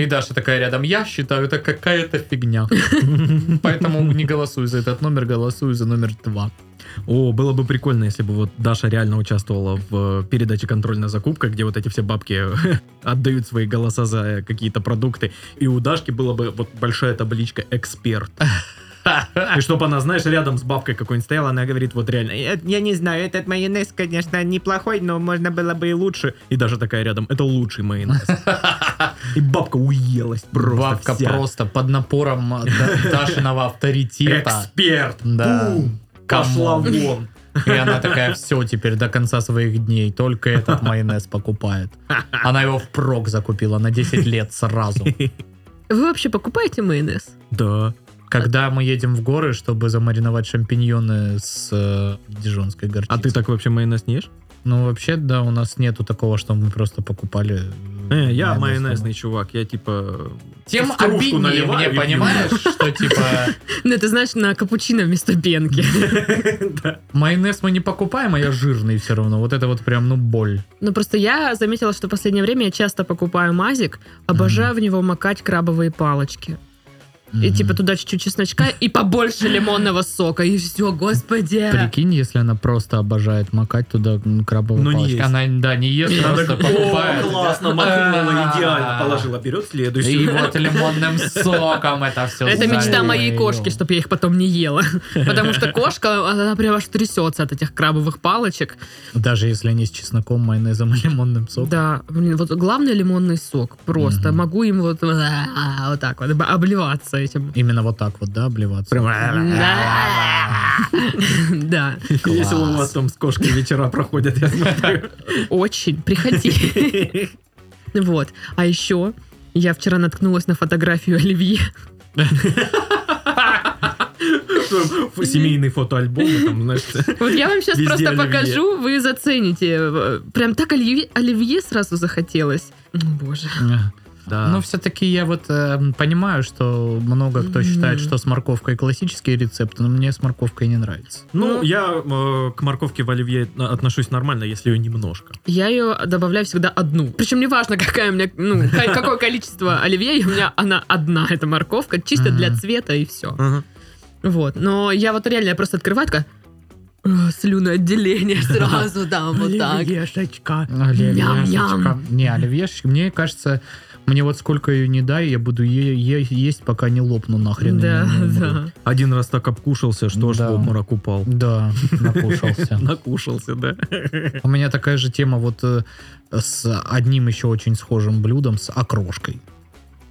Speaker 2: И Даша такая рядом, я считаю, это какая-то фигня. Поэтому не голосую за этот номер, голосую за номер два.
Speaker 3: О, было бы прикольно, если бы вот Даша реально участвовала в э, передаче «Контрольная закупка», где вот эти все бабки <laughs> отдают свои голоса за э, какие-то продукты, и у Дашки была бы вот большая табличка «Эксперт». И чтобы она, знаешь, рядом с бабкой какой-нибудь стояла, она говорит, вот реально, «Э, я не знаю, этот майонез, конечно, неплохой, но можно было бы и лучше. И даже такая рядом, это лучший майонез. И бабка уелась просто
Speaker 2: Бабка
Speaker 3: вся.
Speaker 2: просто под напором э, Да- Дашиного авторитета.
Speaker 3: Эксперт!
Speaker 2: Да.
Speaker 3: Бум! Пошла
Speaker 2: Камон.
Speaker 3: вон!
Speaker 2: И она такая, все, теперь до конца своих дней только этот майонез покупает. Она его впрок закупила на 10 лет сразу.
Speaker 1: Вы вообще покупаете майонез?
Speaker 3: Да.
Speaker 2: Когда мы едем в горы, чтобы замариновать шампиньоны с э, дижонской горчицей.
Speaker 3: А ты так вообще майонез не ешь?
Speaker 2: Ну, вообще, да, у нас нету такого, что мы просто покупали...
Speaker 3: Э, я
Speaker 2: майонез
Speaker 3: майонезный
Speaker 2: домой.
Speaker 3: чувак, я типа...
Speaker 2: Тем
Speaker 3: В кружку
Speaker 2: обиднее
Speaker 3: наливаю и
Speaker 2: мне,
Speaker 3: пью.
Speaker 2: понимаешь,
Speaker 3: <laughs>
Speaker 2: что типа
Speaker 1: Ну, это знаешь, на капучино вместо
Speaker 2: <laughs>
Speaker 1: пенки.
Speaker 2: майонез мы не покупаем, а я жирный все равно. Вот это вот прям, ну, боль.
Speaker 1: Ну, просто я заметила, что в последнее время я часто покупаю мазик, обожаю в него макать крабовые палочки. И
Speaker 2: Мгм.
Speaker 1: типа туда чуть-чуть чесночка и побольше лимонного сока. И все, господи.
Speaker 2: Прикинь, если она просто обожает макать туда м, крабовые
Speaker 3: Но не
Speaker 2: палочки.
Speaker 3: ест.
Speaker 2: Она, да, не ест, просто покупает.
Speaker 3: классно,
Speaker 2: макнула,
Speaker 3: э,
Speaker 2: идеально, положила
Speaker 3: положила вперед
Speaker 2: И
Speaker 3: <laughs> следующую.
Speaker 2: вот лимонным соком это все.
Speaker 1: Это мечта моей кошки, чтобы я их потом не ела. <laughs> Потому что кошка, она прям аж трясется от этих крабовых палочек.
Speaker 2: Даже если не с чесноком, майонезом и лимонным соком.
Speaker 1: Да, блин, вот главное лимонный сок. Просто
Speaker 2: Мгм.
Speaker 1: могу им вот, а, вот так вот б- обливаться этим.
Speaker 2: Именно вот так вот, да, обливаться.
Speaker 1: Да. Да,
Speaker 3: Весело у вас
Speaker 2: Класс.
Speaker 3: там с кошкой вечера проходят, я смотрю.
Speaker 1: очень. Приходи. Вот. А еще я вчера наткнулась на фотографию Оливье.
Speaker 3: Фу, Семейный фотоальбом, и там, знаешь...
Speaker 1: Вот я вам сейчас
Speaker 3: Везде
Speaker 1: просто
Speaker 3: оливье.
Speaker 1: покажу, вы зацените. Прям так оливье, оливье сразу захотелось. О, боже.
Speaker 2: Но
Speaker 3: Да.
Speaker 2: все-таки я вот э, понимаю, что много кто считает,
Speaker 1: Мгм.
Speaker 2: что с морковкой классические рецепты, но мне с морковкой не нравится.
Speaker 3: Ну, я э, к морковке в оливье на- отношусь нормально, если ее немножко.
Speaker 1: Я ее добавляю всегда одну. Причем неважно, какая у меня, ну, ка- какое количество оливье, и у меня она одна, эта морковка, чисто для
Speaker 2: Мгм.
Speaker 1: цвета и все. Вот. Но я вот реально, я просто открываю, такая, «Э, слюноотделение сразу там, вот так.
Speaker 3: Оливьешечка.
Speaker 1: Ням-ням.
Speaker 2: Оливьешечка. Не, оливьешечка, мне кажется, мне вот сколько ее не дай, я буду е- е- есть, пока не лопну нахрен. и
Speaker 1: Да,
Speaker 2: не умру.
Speaker 1: да.
Speaker 3: Один раз так обкушался, что аж в
Speaker 2: Да.
Speaker 3: обморок упал.
Speaker 2: Да, накушался.
Speaker 3: <laughs> Накушался, да.
Speaker 2: У меня такая же тема вот э, с одним еще очень схожим блюдом, с окрошкой.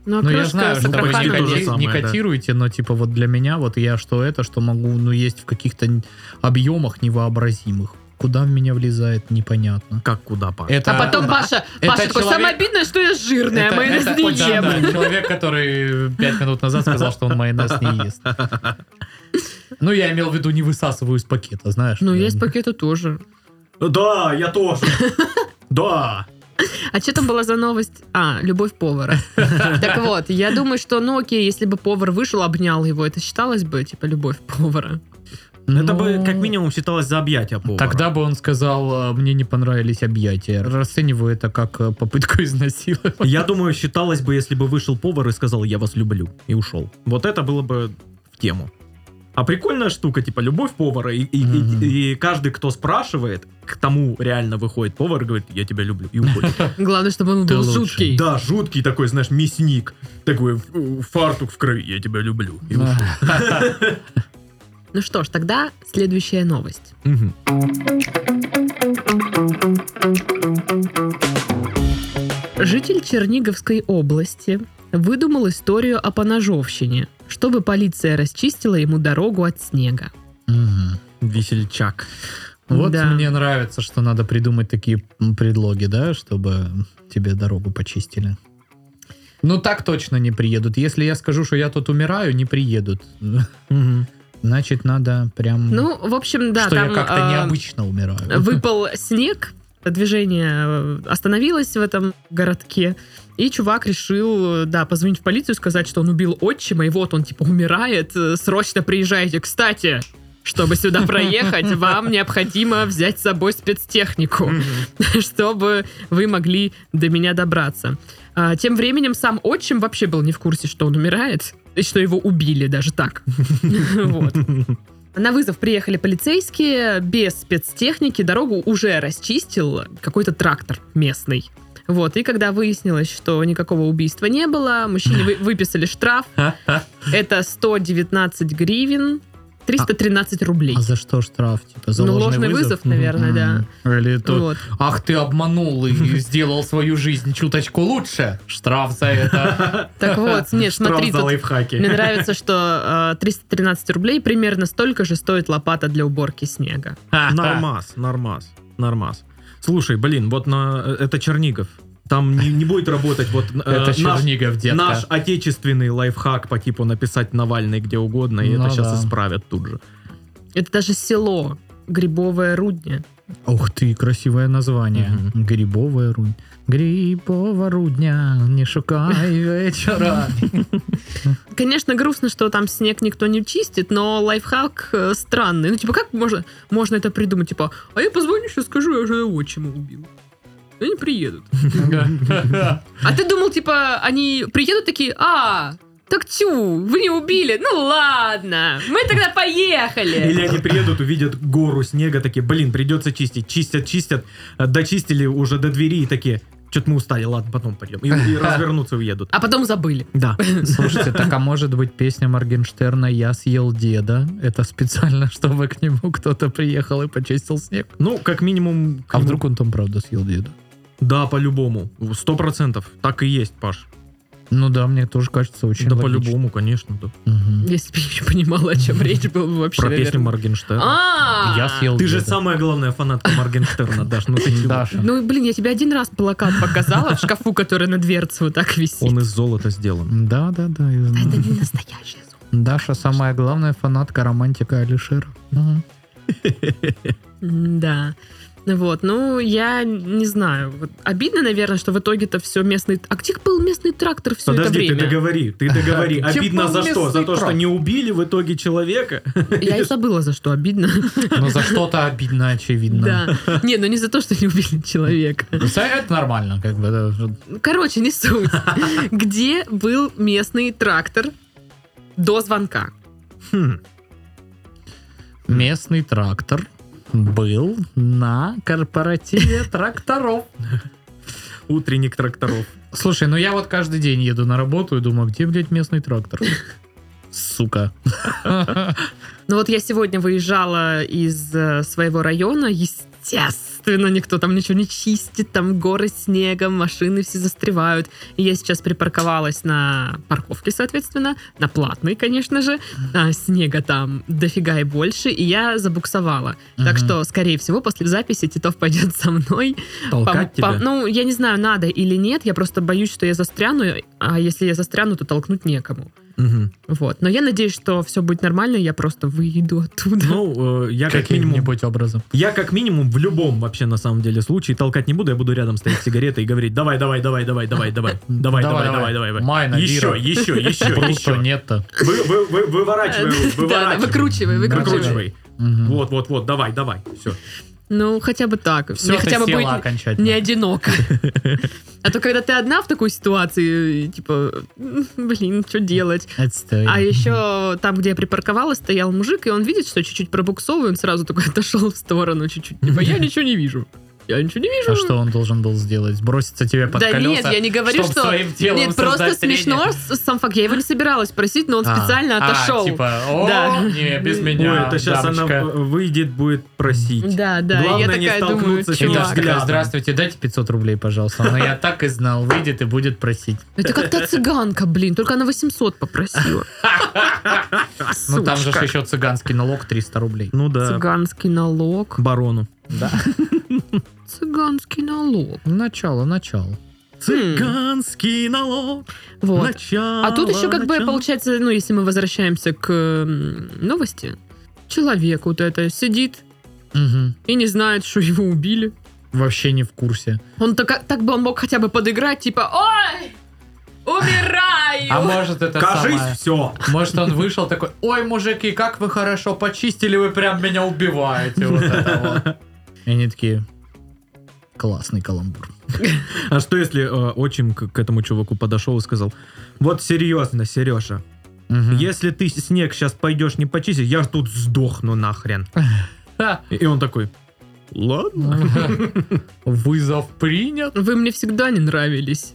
Speaker 1: Ну,
Speaker 2: Ну, я
Speaker 1: окрошка
Speaker 2: знаю,
Speaker 1: с
Speaker 2: что вы не,
Speaker 3: Сатраханом.
Speaker 1: Астраханом
Speaker 2: коти-
Speaker 3: То же
Speaker 2: не
Speaker 1: есть.
Speaker 3: самое, да.
Speaker 2: котируете, но типа вот для меня вот я что это, что могу, ну, есть в каких-то н- объемах невообразимых. Куда в меня влезает, непонятно.
Speaker 3: Как куда, пап?
Speaker 2: Это,
Speaker 1: А потом Паша,
Speaker 2: это
Speaker 1: Паша такой, самое
Speaker 2: человек-
Speaker 1: обидное, что я жирная, а
Speaker 2: это-
Speaker 1: майонез
Speaker 2: это-
Speaker 1: не
Speaker 2: да,
Speaker 1: ем.
Speaker 2: да, человек, который пять минут назад сказал, что он майонез не ест. Ну, я имел в виду, не высасываю из пакета, знаешь.
Speaker 1: Ну,
Speaker 2: Я-
Speaker 1: есть пакеты тоже.
Speaker 3: Э, Да, я тоже.
Speaker 1: <laughs>
Speaker 3: Да.
Speaker 1: А что там была за новость? А, любовь
Speaker 2: <laughs>
Speaker 1: повара. Так вот, я думаю, что, ну окей, если бы повар вышел, обнял его, это считалось бы, типа, любовь повара.
Speaker 3: Это
Speaker 2: Ну,
Speaker 3: бы как минимум считалось за объятия повара.
Speaker 2: Тогда бы он сказал, э, мне не понравились объятия. Расцениваю это как э, попытку <laughs> изнасиловать.
Speaker 3: Я думаю, считалось бы, если бы вышел повар и сказал «я вас люблю» и ушел. Вот это было бы в тему. А прикольная штука, типа, любовь повара, и, и- и-
Speaker 2: Мгм.
Speaker 3: и каждый, кто спрашивает, к тому реально выходит повар и говорит «я тебя люблю» и уходит.
Speaker 2: <laughs>
Speaker 1: Главное, чтобы он
Speaker 2: Ты
Speaker 1: был
Speaker 2: лучше.
Speaker 1: жуткий.
Speaker 3: Да, жуткий такой, знаешь, мясник, такой ф- фартук в крови «я тебя люблю» и ушел.
Speaker 1: Ну что ж, тогда следующая новость.
Speaker 3: Мгм.
Speaker 1: Житель Черниговской области выдумал историю о поножовщине, чтобы полиция расчистила ему дорогу от снега.
Speaker 2: Мгм.
Speaker 3: Весельчак.
Speaker 2: Вот
Speaker 1: Да.
Speaker 2: мне нравится, что надо придумать такие м, предлоги, да, чтобы тебе дорогу почистили. Ну так точно не приедут. <laughs> Если я скажу, что я тут умираю, не приедут.
Speaker 3: Мгм.
Speaker 2: Значит, надо прям...
Speaker 1: Ну, в общем, да,
Speaker 2: что
Speaker 1: там
Speaker 2: я как-то
Speaker 1: а,
Speaker 2: необычно умираю. <laughs> А
Speaker 1: выпал снег, движение э, остановилось в этом городке, и чувак решил, э, да, позвонить в полицию, сказать, что он убил отчима, и вот он, типа, умирает, э, срочно приезжайте. Кстати, чтобы сюда
Speaker 2: <laughs>
Speaker 1: проехать, вам необходимо взять с собой спецтехнику, <laughs> чтобы вы могли до меня добраться. А, Тем временем сам отчим вообще был не в курсе, что он умирает, и что его убили даже так. <laughs> Вот. На вызов приехали полицейские, без спецтехники дорогу уже расчистил какой-то трактор местный. Вот, и когда выяснилось, что никакого убийства не было, мужчине вы- выписали штраф. Это 119 гривен, 313 рублей.
Speaker 2: А за что штраф? Типа, за
Speaker 1: Ну, ложный вызов, наверное, да.
Speaker 2: да. Или то,
Speaker 1: Вот.
Speaker 2: Ах, ты обманул
Speaker 1: <laughs>
Speaker 2: и сделал свою жизнь чуточку лучше. Штраф за это.
Speaker 1: Так вот, нет, <laughs>
Speaker 3: Штраф
Speaker 1: смотри,
Speaker 3: за
Speaker 1: тут мне
Speaker 3: лайфхаки.
Speaker 1: нравится, что э, 313 рублей примерно столько же стоит лопата для уборки снега.
Speaker 2: <laughs>
Speaker 3: Нормас, нормас, нормас. Слушай, блин, вот на... Это Чернигов. Там не, не будет работать вот э,
Speaker 2: Это
Speaker 3: наш-
Speaker 2: Чернигов, детка.
Speaker 3: Наш отечественный лайфхак по типу написать Навальный где угодно, и
Speaker 2: Ну
Speaker 3: это сейчас
Speaker 2: да.
Speaker 3: исправят тут же.
Speaker 1: Это даже село Грибовое Рудня.
Speaker 2: Ух ты, красивое название.
Speaker 3: Мгм.
Speaker 2: Грибовая рунь. Грибовая рудня, не шукай вечера.
Speaker 1: Конечно, грустно, что там снег никто не чистит, но лайфхак э, странный. Ну, типа, как можно, можно это придумать? Типа, а я позвоню сейчас, скажу, я же отчима убил. И Они приедут. А ты думал, типа, они приедут такие, а, так тю, вы не убили, ну ладно, мы тогда
Speaker 3: Или
Speaker 1: поехали.
Speaker 3: они приедут, увидят гору снега, такие, блин, придется чистить. Чистят, чистят, э, дочистили уже до двери и такие, что-то мы устали, ладно, потом пойдем. И, и
Speaker 2: <laughs>
Speaker 3: развернутся и уедут.
Speaker 1: А потом забыли.
Speaker 3: Да.
Speaker 2: Слушайте, так а может быть песня Моргенштерна «Я съел деда»? Это специально, чтобы к нему кто-то приехал и почистил снег?
Speaker 3: Ну, как минимум... к
Speaker 2: А
Speaker 3: нему-
Speaker 2: вдруг он там правда съел деда?
Speaker 3: Да, по-любому. Сто процентов. Так и есть, Паш.
Speaker 2: Ну да, мне тоже кажется очень
Speaker 3: да,
Speaker 2: логично.
Speaker 3: по-любому, конечно. да.
Speaker 2: Мгм.
Speaker 1: Если бы я еще понимала, о чем речь, было бы вообще,
Speaker 3: Про песню
Speaker 1: наверное.
Speaker 3: Моргенштерна.
Speaker 1: А,
Speaker 2: Я съел
Speaker 3: Ты же
Speaker 2: деда.
Speaker 3: самая главная фанатка Моргенштерна, Даш. Ну ты чего?
Speaker 2: Даша.
Speaker 1: Ну, блин, я тебе один раз плакат показала в шкафу, который на дверце вот так висит.
Speaker 3: Он из золота сделан.
Speaker 2: Да, да, да, я
Speaker 1: Да
Speaker 2: знаю.
Speaker 1: Это не настоящий зуб.
Speaker 2: Даша самая главная фанатка романтика Алишера. Мгм.
Speaker 1: Да. Вот, ну, я не знаю. Вот Обидно, наверное, что в итоге-то все местный... А где был местный трактор все
Speaker 3: Подожди, ты
Speaker 1: Ну, это время?
Speaker 3: договори, ты договори.
Speaker 2: Типа
Speaker 3: Обидно за что? За
Speaker 2: местный
Speaker 3: то, что
Speaker 2: трак.
Speaker 3: не убили в итоге человека?
Speaker 1: Я и забыла, за что обидно.
Speaker 2: Но Ну, за что-то обидно, очевидно.
Speaker 1: Да. Не, ну не за то, что не убили человека.
Speaker 2: Ну, Это нормально, как бы. да.
Speaker 1: Короче, не суть. Где был местный трактор до звонка?
Speaker 3: Хм.
Speaker 2: Местный трактор был на
Speaker 1: <laughs>
Speaker 2: корпоративе тракторов.
Speaker 3: Утренник тракторов.
Speaker 2: Слушай, ну я вот каждый день еду на работу и думаю, где, блядь, местный трактор? Сука.
Speaker 1: Ну вот я сегодня выезжала из э, своего района, естественно, никто там ничего не чистит, там горы снегом, машины все застревают. И я сейчас припарковалась на парковке, соответственно, на платной, конечно же. А, снега там дофига и больше, и я забуксовала. Так
Speaker 2: Мгм.
Speaker 1: что, скорее всего, после записи Титов пойдет со мной.
Speaker 3: Толкать
Speaker 1: Пом- пом-
Speaker 3: тебя?
Speaker 1: ну, я не знаю, надо или нет, я просто боюсь, что я застряну, а если я застряну, то толкнуть некому.
Speaker 3: Мгм.
Speaker 1: Вот. Но я надеюсь, что все будет нормально, и я просто выйду оттуда.
Speaker 3: Ну, э, я как минимум
Speaker 2: Каким-нибудь образом.
Speaker 3: Я как минимум в любом вообще на самом деле случае толкать не буду, я буду рядом стоять с сигаретой и говорить давай, давай, давай, давай, давай, давай, давай, давай, давай, давай, давай.
Speaker 2: Майна,
Speaker 3: Еще,
Speaker 2: Вира.
Speaker 3: еще, еще,
Speaker 2: Просто
Speaker 3: еще.
Speaker 2: нет-то.
Speaker 3: Вы, вы, вы, выворачивай,
Speaker 1: <laughs> Да, да,
Speaker 3: выворачивай.
Speaker 1: выкручивай, выкручивай.
Speaker 3: Выкручивай.
Speaker 2: Мгм.
Speaker 3: Вот, вот, вот, давай, давай. Все.
Speaker 1: Ну, хотя бы так.
Speaker 2: Всё,
Speaker 1: Мне
Speaker 2: ты
Speaker 1: хотя бы
Speaker 2: села
Speaker 1: будет
Speaker 2: окончательно.
Speaker 1: не одиноко. А то, когда ты одна в такой ситуации, типа, «М, блин, что делать?
Speaker 2: Отстой.
Speaker 1: А еще там, где я припарковалась, стоял мужик, и он видит, что я чуть-чуть пробуксовываю, он сразу такой <laughs> отошел в сторону чуть-чуть. Типа, я ничего не вижу. Я ничего не вижу.
Speaker 2: А что он должен был сделать? Броситься тебе под
Speaker 1: да
Speaker 2: колеса?
Speaker 1: нет, я не говорю,
Speaker 2: чтоб
Speaker 1: что...
Speaker 2: своим телом
Speaker 1: нет, просто
Speaker 2: создать трение?
Speaker 1: смешно с- сам факт. Я его не собиралась просить, но он
Speaker 2: А,
Speaker 1: специально
Speaker 2: а,
Speaker 1: отошел.
Speaker 2: типа, о,
Speaker 1: Да.
Speaker 2: не, без
Speaker 3: Ой,
Speaker 2: меня,
Speaker 3: это сейчас она
Speaker 2: дамочка».
Speaker 3: э, выйдет, будет просить.
Speaker 1: Да, да. и
Speaker 3: Главное, не
Speaker 1: я такая думаю,
Speaker 3: столкнуться с
Speaker 2: И
Speaker 3: ним
Speaker 2: Даша
Speaker 1: чувак.
Speaker 3: взглядом.
Speaker 2: такая, здравствуйте, дайте 500 рублей, пожалуйста. Но я так и знал, выйдет и будет просить.
Speaker 1: Это как то цыганка, блин, только она 800 попросила.
Speaker 2: Ну там же ж
Speaker 1: Сучка.
Speaker 2: еще цыганский налог 300 рублей.
Speaker 3: Ну да,
Speaker 1: Цыганский налог. Хм.
Speaker 3: барону.
Speaker 2: Да.
Speaker 1: Цыганский налог.
Speaker 2: Начало, начало.
Speaker 3: Цыганский налог.
Speaker 1: Вот.
Speaker 3: Начало,
Speaker 1: А тут еще как бы
Speaker 3: начало.
Speaker 1: получается, ну, если мы возвращаемся к м, новости, человек вот это сидит
Speaker 2: Мгм.
Speaker 1: и не знает, что его убили.
Speaker 2: Вообще не в курсе.
Speaker 1: Он так, так бы он мог хотя бы подыграть, типа, ой,
Speaker 2: А
Speaker 1: умираю.
Speaker 2: может это самое?
Speaker 3: Кажись, все.
Speaker 2: Может он вышел такой, ой, мужики, как вы хорошо почистили, вы прям меня убиваете. Вот это вот. И они такие, классный каламбур.
Speaker 3: А что если э, отчим к, к этому чуваку подошел и сказал, вот серьезно, Сережа,
Speaker 2: Хм.
Speaker 3: если ты снег сейчас пойдешь не почистить, я ж тут сдохну нахрен.
Speaker 2: Ха.
Speaker 3: И, и он такой, ладно.
Speaker 2: Вызов принят.
Speaker 1: Вы мне всегда не нравились.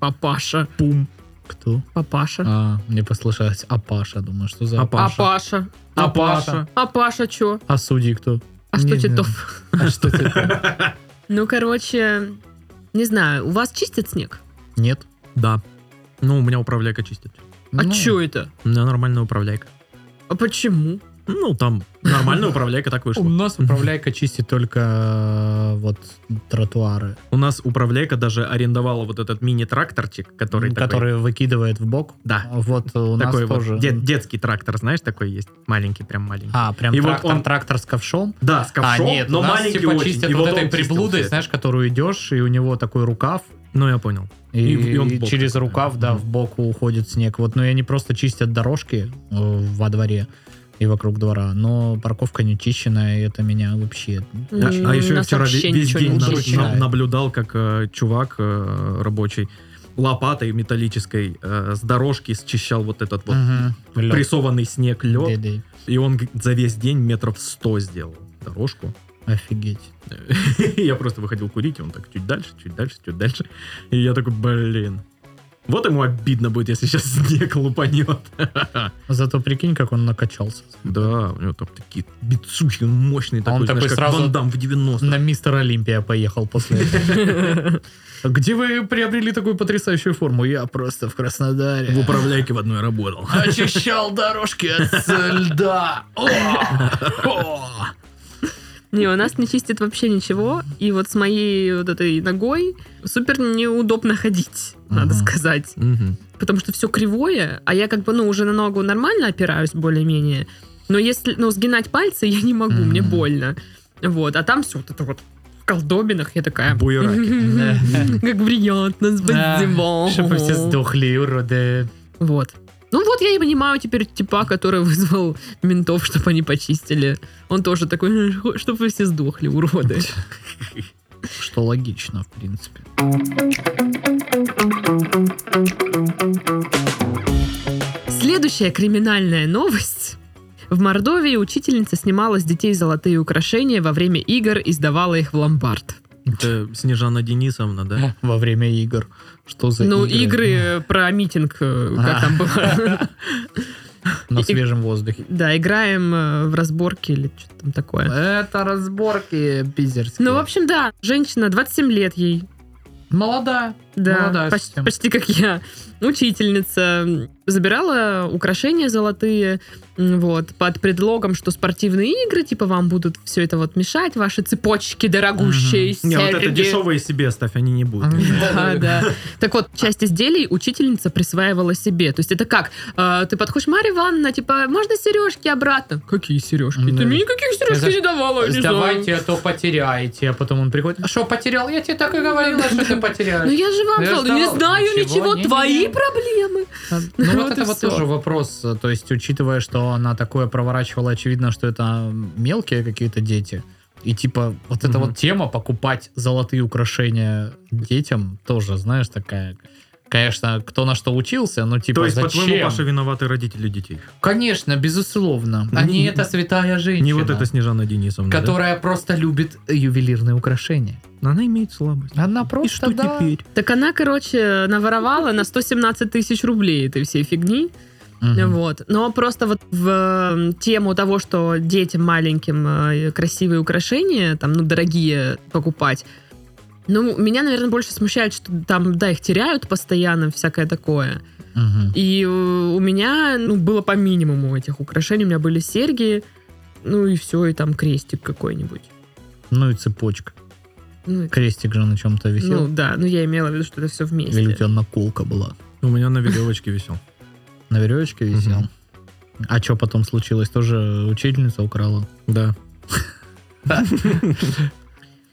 Speaker 1: Папаша.
Speaker 2: Пум. Кто?
Speaker 1: Папаша. А
Speaker 2: А, мне послышалось Апаша, думаю, что за
Speaker 3: Апа- А Паша.
Speaker 1: Апаша.
Speaker 2: Апаша.
Speaker 1: А Паша чё?
Speaker 2: А судьи кто?
Speaker 1: А что
Speaker 2: Не
Speaker 1: Титов?
Speaker 2: А что это?
Speaker 1: Ну, короче, не знаю, у вас чистят снег?
Speaker 2: Нет.
Speaker 3: Да. Ну, у меня управляйка чистит.
Speaker 1: <laughs> А
Speaker 2: Ну,
Speaker 1: чё это?
Speaker 3: У меня нормальная управляйка.
Speaker 1: А почему?
Speaker 3: Ну, там нормальная управляйка так
Speaker 2: У
Speaker 3: вышла.
Speaker 2: нас управляйка чистит только э, вот тротуары,
Speaker 3: У нас управляйка даже арендовала вот этот мини-тракторчик, который такой...
Speaker 2: которые выкидывает в бок.
Speaker 3: Да.
Speaker 2: Вот у нас
Speaker 3: Такой вот
Speaker 2: тоже.
Speaker 3: де- детский трактор, знаешь, такой есть? Маленький, прям маленький.
Speaker 2: А, прям
Speaker 3: И вот
Speaker 2: трактор,
Speaker 3: он-
Speaker 2: трактор с ковшом?
Speaker 3: Да, с ковшом,
Speaker 2: а, нет,
Speaker 3: но
Speaker 2: у нас
Speaker 3: маленький
Speaker 2: типа
Speaker 3: очень.
Speaker 2: чистят
Speaker 3: И
Speaker 2: вот,
Speaker 3: он
Speaker 2: этой
Speaker 3: чистил
Speaker 2: приблудой,
Speaker 3: всё это.
Speaker 2: знаешь, которую идешь, и у него такой рукав,
Speaker 3: Ну, я понял.
Speaker 2: и,
Speaker 3: И в- и он в
Speaker 2: и
Speaker 3: бок
Speaker 2: через
Speaker 3: такой,
Speaker 2: рукав,
Speaker 3: да.
Speaker 2: да, в бок уходит снег. Вот, но и они просто чистят дорожки э, во дворе и вокруг двора, но парковка не чищенная, и это меня вообще...
Speaker 3: А,
Speaker 1: М,
Speaker 3: а еще я
Speaker 1: нас
Speaker 3: вчера ве-
Speaker 1: вообще
Speaker 3: весь
Speaker 1: ничего
Speaker 3: день
Speaker 1: не
Speaker 3: на-
Speaker 1: чистят.
Speaker 3: на-
Speaker 2: начинает.
Speaker 3: наблюдал, как э, чувак э, рабочий лопатой металлической э, с дорожки счищал вот этот вот
Speaker 2: Мгм. Лёд.
Speaker 3: прессованный снег, лед.
Speaker 2: Дэ-дэ.
Speaker 3: И он г- за весь день метров сто сделал дорожку.
Speaker 2: Офигеть.
Speaker 3: <laughs> Я просто выходил курить, и он так чуть дальше, чуть дальше, чуть дальше. И я такой, блин. Вот ему обидно будет, если сейчас снег лупанет. <laughs>
Speaker 2: Зато прикинь, как он накачался.
Speaker 3: Да, у него там такие бицухи, он мощный такой, знаешь,
Speaker 2: такой
Speaker 3: как
Speaker 2: сразу-
Speaker 3: Ван Дамм в 90
Speaker 2: На мистер Олимпия поехал после этого. <laughs> Где вы приобрели такую потрясающую форму? Я просто в Краснодаре.
Speaker 3: В управляйке в одной работал.
Speaker 2: Очищал дорожки от льда.
Speaker 1: Не, у нас не чистят вообще ничего. И вот с моей вот этой ногой супер неудобно ходить, надо
Speaker 2: Ага.
Speaker 1: сказать.
Speaker 3: <laughs> Мгм. <laughs>
Speaker 1: Потому что все кривое, а я как бы, ну, уже на ногу нормально опираюсь более-менее. Но если, ну, сгинать пальцы я не могу, мне
Speaker 2: Мгм.
Speaker 1: больно. Вот, а там все вот это вот в колдобинах я такая...
Speaker 3: Буераки.
Speaker 1: <laughs> Как приятно, спасибо.
Speaker 2: Чтобы все сдохли, уроды.
Speaker 1: Вот. Ну вот я и понимаю теперь типа, который вызвал ментов, чтобы они почистили. Он тоже такой, чтобы вы все сдохли, уроды.
Speaker 2: Что логично, в принципе.
Speaker 1: Следующая криминальная новость. В Мордовии учительница снимала с детей золотые украшения во время игр и сдавала их в ломбард.
Speaker 3: Это Снежана Денисовна, да?
Speaker 2: Во время игр. Что за
Speaker 1: ну, игры э, про митинг, э, как
Speaker 2: А.
Speaker 1: там было.
Speaker 2: На
Speaker 1: и-
Speaker 2: свежем воздухе.
Speaker 1: <laughs> Да, играем э, в разборки или что-то там такое.
Speaker 2: Это разборки пизерские.
Speaker 1: Ну, в общем, да, женщина, 27 лет ей,
Speaker 2: <laughs> молодая.
Speaker 1: Да,
Speaker 2: Молодая
Speaker 1: поч-
Speaker 2: совсем.
Speaker 1: почти как я. Учительница забирала украшения золотые, м, вот, под предлогом, что спортивные игры, типа, вам будут все это вот мешать, ваши цепочки дорогущие,
Speaker 3: <laughs> Не, вот это
Speaker 1: серьги.
Speaker 3: дешевые себе ставь, они не будут.
Speaker 1: <laughs> Да, да. Так вот, часть изделий учительница присваивала себе. То есть это как? э, ты подходишь, Марья Ивановна, типа, можно сережки обратно? Какие сережки? Ты
Speaker 2: Да.
Speaker 1: мне никаких сережек
Speaker 2: Это ж-
Speaker 1: не давала, я не знаю.
Speaker 2: Сдавайте, а то потеряете. А потом он приходит. А что, потерял? Я тебе так и говорила, что ты
Speaker 1: Ну
Speaker 2: потеряешь.
Speaker 1: я же вам
Speaker 2: Я ж
Speaker 1: сказала, не
Speaker 2: давала.
Speaker 1: знаю
Speaker 2: Ничего,
Speaker 1: ничего,
Speaker 2: не-не-не.
Speaker 1: твои проблемы. <laughs>
Speaker 2: Ну
Speaker 1: Вот
Speaker 2: вот
Speaker 1: и
Speaker 2: это вот
Speaker 1: всё.
Speaker 2: тоже вопрос. То есть, учитывая, что она такое проворачивала, очевидно, что это мелкие какие-то дети. И типа вот эта
Speaker 3: Мгм.
Speaker 2: вот тема покупать золотые украшения детям тоже, знаешь, такая... Конечно, кто на что учился, но
Speaker 3: <laughs>
Speaker 2: типа
Speaker 3: То есть, по-твоему,
Speaker 2: зачем?
Speaker 3: Паша виноваты родители детей?
Speaker 2: Конечно, безусловно. Они это святая женщина.
Speaker 3: Не вот эта Снежана Денисовна, да?
Speaker 2: которая просто любит ювелирные украшения.
Speaker 3: Она имеет слабость.
Speaker 2: Она просто,
Speaker 3: И что
Speaker 2: да.
Speaker 3: теперь?
Speaker 1: Так она, короче, наворовала на 117 тысяч рублей этой всей фигни.
Speaker 2: Мгм.
Speaker 1: Вот. Но просто вот в э, тему того, что детям маленьким э, красивые украшения, там, ну, дорогие покупать, ну, меня, наверное, больше смущает, что там, да, их теряют постоянно, всякое такое.
Speaker 2: Мгм.
Speaker 1: И э, у меня, ну, было по минимуму этих украшений. У меня были серьги, ну, и все, и там крестик какой-нибудь.
Speaker 2: Ну и цепочка.
Speaker 1: Ну,
Speaker 2: Крестик же на чем-то
Speaker 1: ну
Speaker 2: висел.
Speaker 1: да, ну я имела в виду, что это все вместе.
Speaker 2: Или у тебя наколка была?
Speaker 3: У меня на веревочке висел.
Speaker 2: На веревочке висел?
Speaker 3: Мгм.
Speaker 2: А что потом случилось? Тоже учительница украла?
Speaker 3: Да.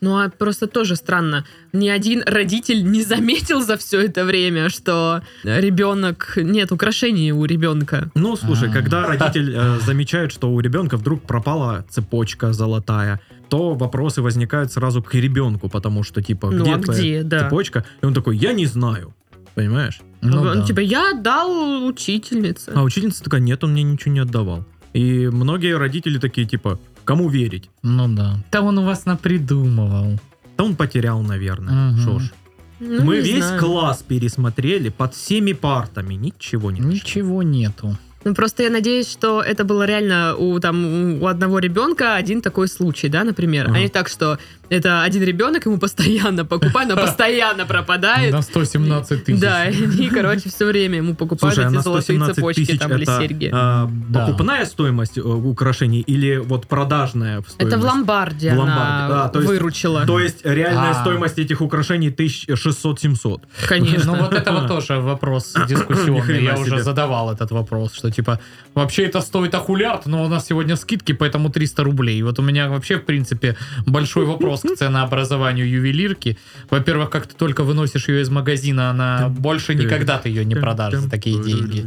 Speaker 1: Ну, а просто тоже странно. Ни один родитель не заметил за все это время, что ребенок... Нет украшений у ребенка.
Speaker 3: Ну, слушай,
Speaker 2: А.
Speaker 3: когда родитель э, замечает, что у ребенка вдруг пропала цепочка золотая, то вопросы возникают сразу к ребенку, потому что, типа,
Speaker 1: ну,
Speaker 3: где
Speaker 1: а
Speaker 3: твоя
Speaker 1: где, да.
Speaker 3: цепочка? И он такой, я не знаю. Понимаешь?
Speaker 1: Ну,
Speaker 2: да.
Speaker 1: типа, я дал учительнице.
Speaker 3: А учительница такая, нет, он мне ничего не отдавал. И многие родители такие, типа, кому верить?
Speaker 2: Ну да. Да он у вас напридумывал.
Speaker 3: Да он потерял, наверное.
Speaker 2: Мгм.
Speaker 3: Шо ж.
Speaker 1: Ну,
Speaker 3: Мы
Speaker 1: не
Speaker 3: весь
Speaker 1: знаю.
Speaker 3: класс пересмотрели под всеми партами. Ничего не нашли.
Speaker 2: Ничего нету.
Speaker 1: Ну, просто я надеюсь, что это было реально у, там, у одного ребенка один такой случай, да, например. А
Speaker 3: Ага.
Speaker 1: не так, что это один ребенок, ему постоянно покупают,
Speaker 3: <laughs>
Speaker 1: но постоянно пропадает.
Speaker 3: Ну
Speaker 2: На 117 тысяч.
Speaker 1: А Да, и, короче, все время ему покупают
Speaker 3: Слушай, а
Speaker 1: эти
Speaker 3: на
Speaker 1: золотые
Speaker 3: 117
Speaker 1: цепочки
Speaker 3: тысяч
Speaker 1: там или
Speaker 3: это
Speaker 1: серьги.
Speaker 3: а,
Speaker 2: Да.
Speaker 3: покупная стоимость э, украшений или вот продажная в стоимость?
Speaker 1: Это в ломбарде,
Speaker 3: В ломбарде,
Speaker 1: она
Speaker 3: да, то есть-
Speaker 1: выручила.
Speaker 3: То есть <laughs> реальная
Speaker 2: А.
Speaker 3: стоимость этих украшений 1600-700.
Speaker 1: Конечно.
Speaker 2: Ну вот это вот тоже вопрос дискуссионный.
Speaker 3: хрена
Speaker 2: Я уже
Speaker 3: себе.
Speaker 2: задавал этот вопрос, что типа вообще это стоит ахулярд, но у нас сегодня скидки, поэтому 300 рублей. Вот у меня вообще, в принципе, большой вопрос к ценообразованию ювелирки. Во-первых, как ты только выносишь ее из магазина, она больше никогда ты ее не продашь за такие деньги.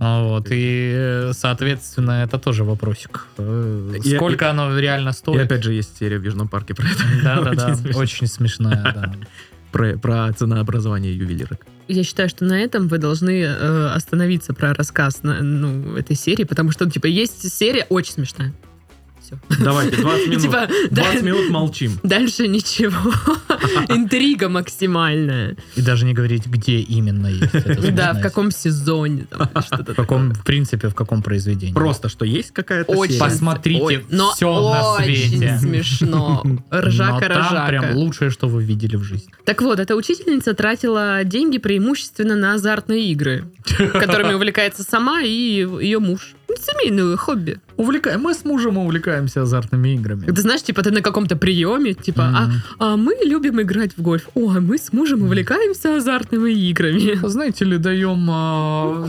Speaker 2: А Вот, и, э, соответственно, это тоже вопросик. Э,
Speaker 3: Я-
Speaker 2: Сколько оно реально
Speaker 3: И
Speaker 2: стоит?
Speaker 3: опять же есть серия в Южном парке про это.
Speaker 2: Да-да-да,
Speaker 3: Очень смешно.
Speaker 2: <laughs> очень смешная, да.
Speaker 3: Про, про ценообразование ювелирок.
Speaker 1: Я считаю, что на этом вы должны э, остановиться про рассказ на- ну, этой серии, потому что, типа, есть серия очень смешная. Все.
Speaker 3: Давайте, 20
Speaker 1: И,
Speaker 3: минут.
Speaker 1: типа, да,
Speaker 3: 20 ну, минут молчим.
Speaker 1: дальше
Speaker 3: <laughs>
Speaker 1: ничего. Интрига максимальная.
Speaker 2: И даже не говорить, где именно есть. это
Speaker 1: Да,
Speaker 2: смешная
Speaker 1: в каком сезоне. там, что-то
Speaker 2: В каком, в принципе, в каком произведении?
Speaker 3: Просто, что есть какая-то
Speaker 1: Очень.
Speaker 3: <laughs> серия.
Speaker 2: Посмотрите
Speaker 1: Ой, но
Speaker 2: все на
Speaker 1: очень
Speaker 2: свете.
Speaker 3: <laughs>
Speaker 1: смешно.
Speaker 2: Но
Speaker 1: Ржака,
Speaker 2: там прям
Speaker 1: ржака.
Speaker 2: лучшее, что вы видели в жизни.
Speaker 1: Так вот, эта учительница тратила деньги преимущественно на азартные игры, которыми увлекается сама и ее муж. Ну, Семейное хобби.
Speaker 2: Увлекаем. Мы с мужем увлекаемся азартными играми.
Speaker 1: Ты знаешь, типа, ты на каком-то приеме, типа, а,
Speaker 2: Мгм.
Speaker 1: а мы любим играть в гольф. О, а мы с мужем увлекаемся азартными играми.
Speaker 2: а, Знаете ли, даем,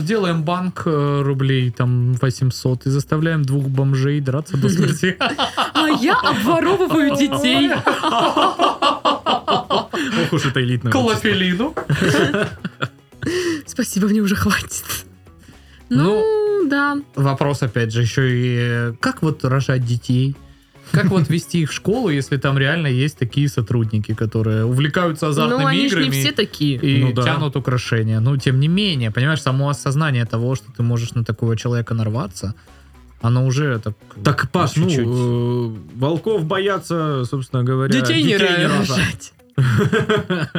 Speaker 2: э, делаем банк э, рублей там 800 и заставляем двух бомжей драться до <laughs> смерти.
Speaker 1: А я обворовываю детей.
Speaker 3: Ох уж это элитное общество.
Speaker 2: Клофелину.
Speaker 1: Спасибо, мне уже хватит. Ну, да.
Speaker 2: Вопрос, опять же, еще и э, как вот рожать детей? Как вот вести их в школу, если там реально есть такие сотрудники, которые увлекаются азартными
Speaker 1: Ну, они же
Speaker 2: играми?
Speaker 1: не все такие.
Speaker 2: и
Speaker 3: Ну да.
Speaker 2: тянут украшения. Ну, тем не менее, понимаешь, само осознание того, что ты можешь на такого человека нарваться, оно уже так...
Speaker 3: Так, Паш, ну,
Speaker 2: чуть-чуть.
Speaker 3: э, волков боятся, собственно говоря, рожать.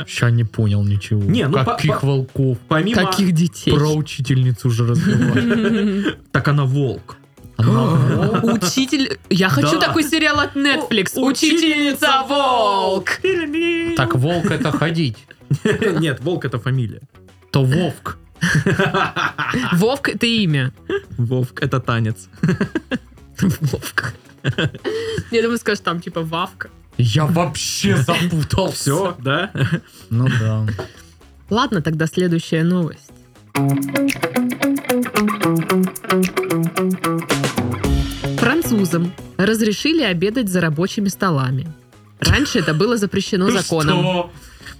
Speaker 2: Ща не понял ничего.
Speaker 3: Не, ну, по-
Speaker 2: Каких
Speaker 3: по-
Speaker 2: волков?
Speaker 3: Помимо...
Speaker 1: Каких детей?
Speaker 2: Про
Speaker 1: <laughs>
Speaker 2: учительницу уже разговаривали.
Speaker 3: Так она волк.
Speaker 2: Она-
Speaker 1: <gasps> Учитель... Я хочу
Speaker 3: Да.
Speaker 1: такой сериал от Netflix.
Speaker 3: У-
Speaker 1: Учительница Волк.
Speaker 2: Так волк это ходить.
Speaker 3: Нет, волк это фамилия.
Speaker 2: То Вовк.
Speaker 1: Вовк — это имя.
Speaker 3: Вовк это танец.
Speaker 1: Вовк. Я думаю, скажешь там, типа, Вавка.
Speaker 3: <laughs>
Speaker 2: Я вообще запутался.
Speaker 3: Все, да?
Speaker 2: Ну да.
Speaker 1: Ладно, тогда следующая новость. Французам разрешили обедать за рабочими столами. Раньше это было запрещено законом.
Speaker 2: Что?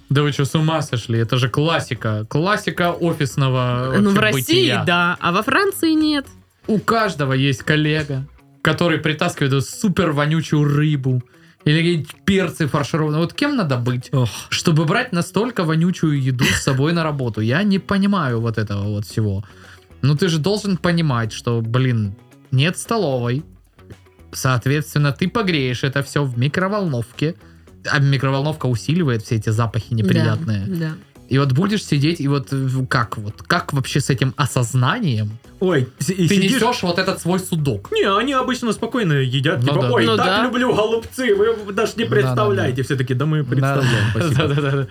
Speaker 2: Да вы что, с ума сошли? Это же классика. Классика офисного
Speaker 1: Ну, в
Speaker 2: вообще
Speaker 1: России,
Speaker 2: бытия.
Speaker 1: да, а во Франции нет.
Speaker 2: У каждого есть коллега, который притаскивает эту супер вонючую рыбу или какие-нибудь перцы фаршированные. Вот кем надо быть, чтобы брать настолько вонючую еду с собой на работу? Я не понимаю вот этого вот всего. Но ты же должен понимать, что, блин, нет столовой. Соответственно, ты погреешь это все в микроволновке. А микроволновка усиливает все эти запахи неприятные.
Speaker 1: Да, да.
Speaker 2: И вот будешь сидеть, и вот э, как вот, как вообще с этим осознанием
Speaker 3: Ой, с- и
Speaker 2: ты
Speaker 3: сидишь...
Speaker 2: несешь вот этот свой судок.
Speaker 3: Не, они обычно спокойно едят.
Speaker 2: Ну
Speaker 3: типа,
Speaker 2: да.
Speaker 3: ой,
Speaker 1: Ну
Speaker 3: так
Speaker 1: да.
Speaker 3: люблю голубцы, вы даже не
Speaker 2: Да, да,
Speaker 3: представляете. Все таки да мы
Speaker 2: <laughs>
Speaker 3: представляем, спасибо.
Speaker 2: Да-да-да.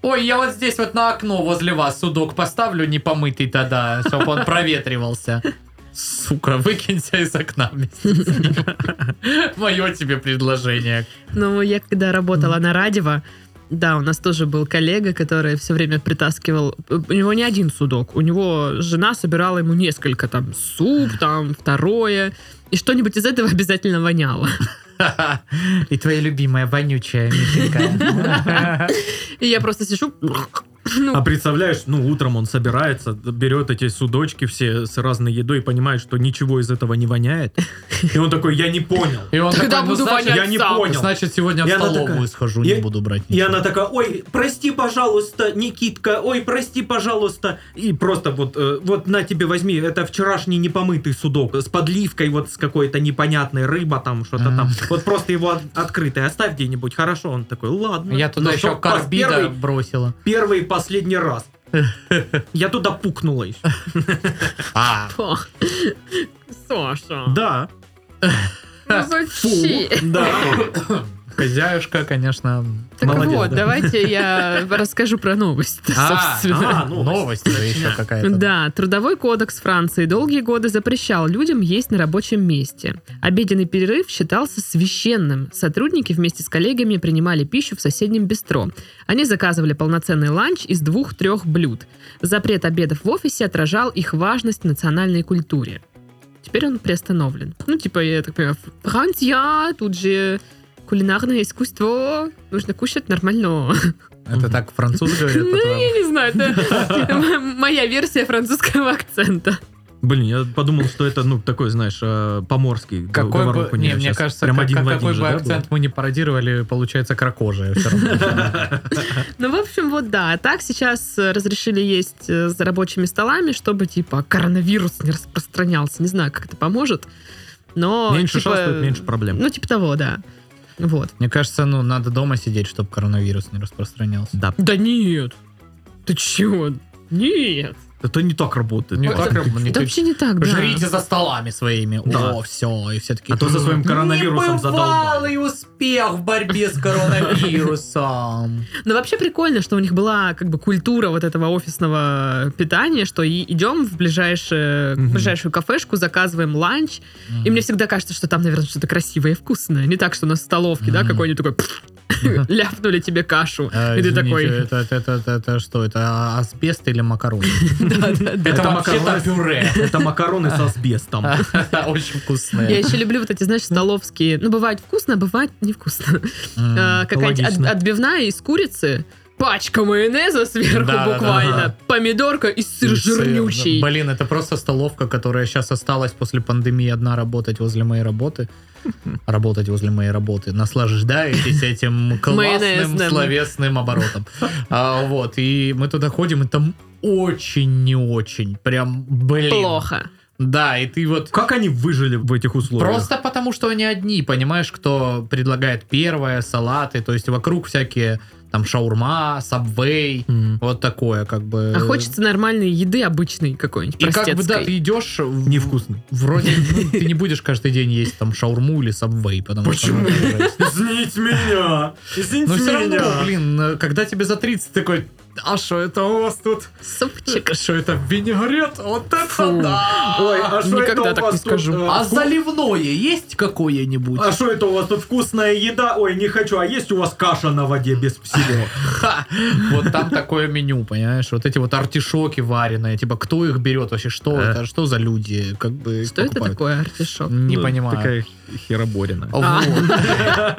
Speaker 2: Ой, я вот здесь вот на окно возле вас судок поставлю непомытый тогда, чтобы он проветривался. Сука, выкинься из окна вместе с ним. Мое тебе предложение.
Speaker 1: Но Ну, я когда работала на радио, да, у нас тоже был коллега, который все время притаскивал... У него не один судок, у него жена собирала ему несколько, там, суп, там, второе, и что-нибудь из этого <laughs> обязательно воняло.
Speaker 2: И твоя любимая вонючая Мишенька.
Speaker 1: И я просто сижу... ну,
Speaker 3: А представляешь, ну, утром он собирается, берет эти судочки все с разной едой и понимает, что ничего из этого не воняет. И он такой, я не понял.
Speaker 2: И он
Speaker 1: Тогда
Speaker 2: такой, ну,
Speaker 1: буду
Speaker 2: значит,
Speaker 1: вонять
Speaker 3: я не
Speaker 1: сам.
Speaker 3: понял.
Speaker 2: Значит, сегодня в
Speaker 3: И она
Speaker 2: столовую
Speaker 3: такая,
Speaker 2: схожу, не
Speaker 3: «Я-
Speaker 2: буду брать
Speaker 3: И
Speaker 2: ничего».
Speaker 3: она такая, ой, прости, пожалуйста, Никитка, ой, прости, пожалуйста. И просто вот, э, вот на тебе возьми, это вчерашний непомытый судок с подливкой, вот с какой-то непонятной рыба там, что-то
Speaker 2: А.
Speaker 3: там. Вот просто его от- открытый оставь где-нибудь, хорошо. Он такой, ладно.
Speaker 2: Я туда
Speaker 3: Но
Speaker 2: еще
Speaker 3: Ну чтоб пос-
Speaker 2: карбида
Speaker 3: Первый,
Speaker 2: бросила.
Speaker 3: первый и последний <laughs> раз. Я туда пукнула еще.
Speaker 2: А,
Speaker 1: фу. <laughs> Саша,
Speaker 3: Да.
Speaker 1: ну зачем?
Speaker 3: Да.
Speaker 2: хозяюшка, конечно,
Speaker 1: Так
Speaker 3: Молодец,
Speaker 1: вот,
Speaker 3: да.
Speaker 1: давайте я <laughs> расскажу про новость,
Speaker 2: А,
Speaker 1: собственно.
Speaker 3: а, новость.
Speaker 2: новость же еще какая-то.
Speaker 1: Да, Трудовой кодекс Франции долгие годы запрещал людям есть на рабочем месте. Обеденный перерыв считался священным. Сотрудники вместе с коллегами принимали пищу в соседнем бистро. Они заказывали полноценный ланч из двух-трех блюд. Запрет обедов в офисе отражал их важность в национальной культуре. Теперь он приостановлен. Ну, типа, я так понимаю, Франция, тут же кулинарное искусство, нужно кушать нормально.
Speaker 2: Это так француз говорит,
Speaker 1: Ну,
Speaker 2: потом.
Speaker 1: я не знаю, это
Speaker 3: <laughs>
Speaker 1: м- моя версия французского акцента.
Speaker 3: <laughs> Блин, я подумал, что это, ну, такой, знаешь, э, поморский г-
Speaker 2: Какой бы,
Speaker 3: говорок у
Speaker 2: не,
Speaker 3: нее
Speaker 2: мне
Speaker 3: щас.
Speaker 2: кажется,
Speaker 3: Прям
Speaker 2: как-
Speaker 3: один в
Speaker 2: какой
Speaker 3: один
Speaker 2: бы
Speaker 3: же, да, был?
Speaker 2: акцент мы не пародировали, получается кракожие все
Speaker 3: <laughs>
Speaker 2: равно.
Speaker 1: Ну, в общем, вот да. А Так сейчас э, разрешили есть э, за рабочими столами, чтобы, типа, коронавирус не распространялся. Не знаю, как это поможет, но...
Speaker 3: Меньше
Speaker 1: типа,
Speaker 3: шастают, меньше проблем.
Speaker 1: Ну, типа того, да. Вот.
Speaker 2: Мне кажется, ну, надо дома сидеть, чтобы коронавирус не распространялся.
Speaker 3: Да.
Speaker 1: Да нет! Ты чего? Нет!
Speaker 3: Это не так работает.
Speaker 2: Не
Speaker 3: Вася.
Speaker 2: Ну, так,
Speaker 3: Ты
Speaker 2: не
Speaker 1: Это
Speaker 2: ты-
Speaker 1: вообще не так, да.
Speaker 2: Жрите за столами своими.
Speaker 3: Да.
Speaker 2: О, все, и все таки
Speaker 3: А то за своим коронавирусом задолбали.
Speaker 2: успех в борьбе с коронавирусом.
Speaker 1: Но вообще прикольно, что у них была как бы культура вот этого офисного питания, что и идем в ближайшее,
Speaker 3: Мгм.
Speaker 1: ближайшую кафешку, заказываем ланч, <laughs> И мне всегда кажется, что там, наверное, что-то красивое и вкусное. Не так, что на столовке, да,
Speaker 2: Мгм.
Speaker 1: какой-нибудь такой пф, <laughs> ляпнули тебе кашу. <laughs>
Speaker 2: А,
Speaker 1: И ты
Speaker 2: извините,
Speaker 1: такой...
Speaker 2: Это, это, это, это, это что? Это асбест или макароны?
Speaker 3: Это
Speaker 2: вообще-то
Speaker 3: макароны.
Speaker 1: <laughs>
Speaker 2: пюре. <laughs>
Speaker 3: Это макароны со асбестом.
Speaker 2: Очень
Speaker 1: Я
Speaker 2: вкусные.
Speaker 1: еще люблю вот эти, знаешь, столовские. Ну, бывает вкусно, а бывает невкусно. Э,
Speaker 2: М.
Speaker 1: Какая-нибудь от-
Speaker 3: логично.
Speaker 1: отбивная из курицы, пачка майонеза сверху
Speaker 2: Да-да-да.
Speaker 1: буквально, помидорка и сыр
Speaker 2: И сыр.
Speaker 1: жирнючий.
Speaker 2: Блин, это просто столовка, которая сейчас осталась после пандемии одна работать возле моей работы.
Speaker 1: <laughs>
Speaker 2: Работать возле моей работы. Наслаждаетесь этим
Speaker 1: <laughs>
Speaker 2: классным
Speaker 1: Майонезным.
Speaker 2: словесным оборотом. А, вот, и мы туда ходим, и там очень не очень. Прям, блин.
Speaker 1: Плохо.
Speaker 2: Да, и ты вот...
Speaker 3: Как они выжили в этих условиях?
Speaker 2: Просто потому, что они одни, понимаешь, кто предлагает первое, салаты, то есть вокруг всякие там шаурма, сабвей,
Speaker 3: М.
Speaker 2: вот такое как бы.
Speaker 1: А хочется нормальной еды обычной какой-нибудь,
Speaker 2: И как бы, да,
Speaker 1: простецкой.
Speaker 2: ты идешь... в-
Speaker 3: Невкусно.
Speaker 2: Вроде ну, ты не будешь каждый день есть там шаурму или сабвей, потому
Speaker 3: Почему?
Speaker 2: что...
Speaker 3: <laughs>
Speaker 2: ну, жесть.
Speaker 3: Извините меня!
Speaker 2: Но
Speaker 3: Извините
Speaker 2: все равно, блин, э, когда тебе за 30, такой, а что это у вас тут?
Speaker 1: Супчик.
Speaker 2: Что это, винегрет? Вот это
Speaker 1: Фу.
Speaker 2: да!
Speaker 3: Ой, а что
Speaker 1: Никогда
Speaker 3: это у
Speaker 1: так
Speaker 3: вас
Speaker 1: не
Speaker 3: тут,
Speaker 1: скажу.
Speaker 3: э,
Speaker 2: А
Speaker 3: вку-
Speaker 2: заливное есть какое-нибудь?
Speaker 3: А что это у вас тут вкусная еда? Ой, не хочу. А есть у вас каша на воде без всего?
Speaker 2: Ха! Вот там такое меню, понимаешь? Вот эти вот артишоки вареные, типа, кто их берет вообще? Что
Speaker 3: Э.
Speaker 2: это? Что за люди? Как бы их
Speaker 1: Что это
Speaker 2: покупают?
Speaker 1: такое, артишок?
Speaker 2: Не
Speaker 3: <laughs> Ну,
Speaker 2: понимаю.
Speaker 3: Такая х- хероборина.
Speaker 1: А. <laughs>
Speaker 2: Вот.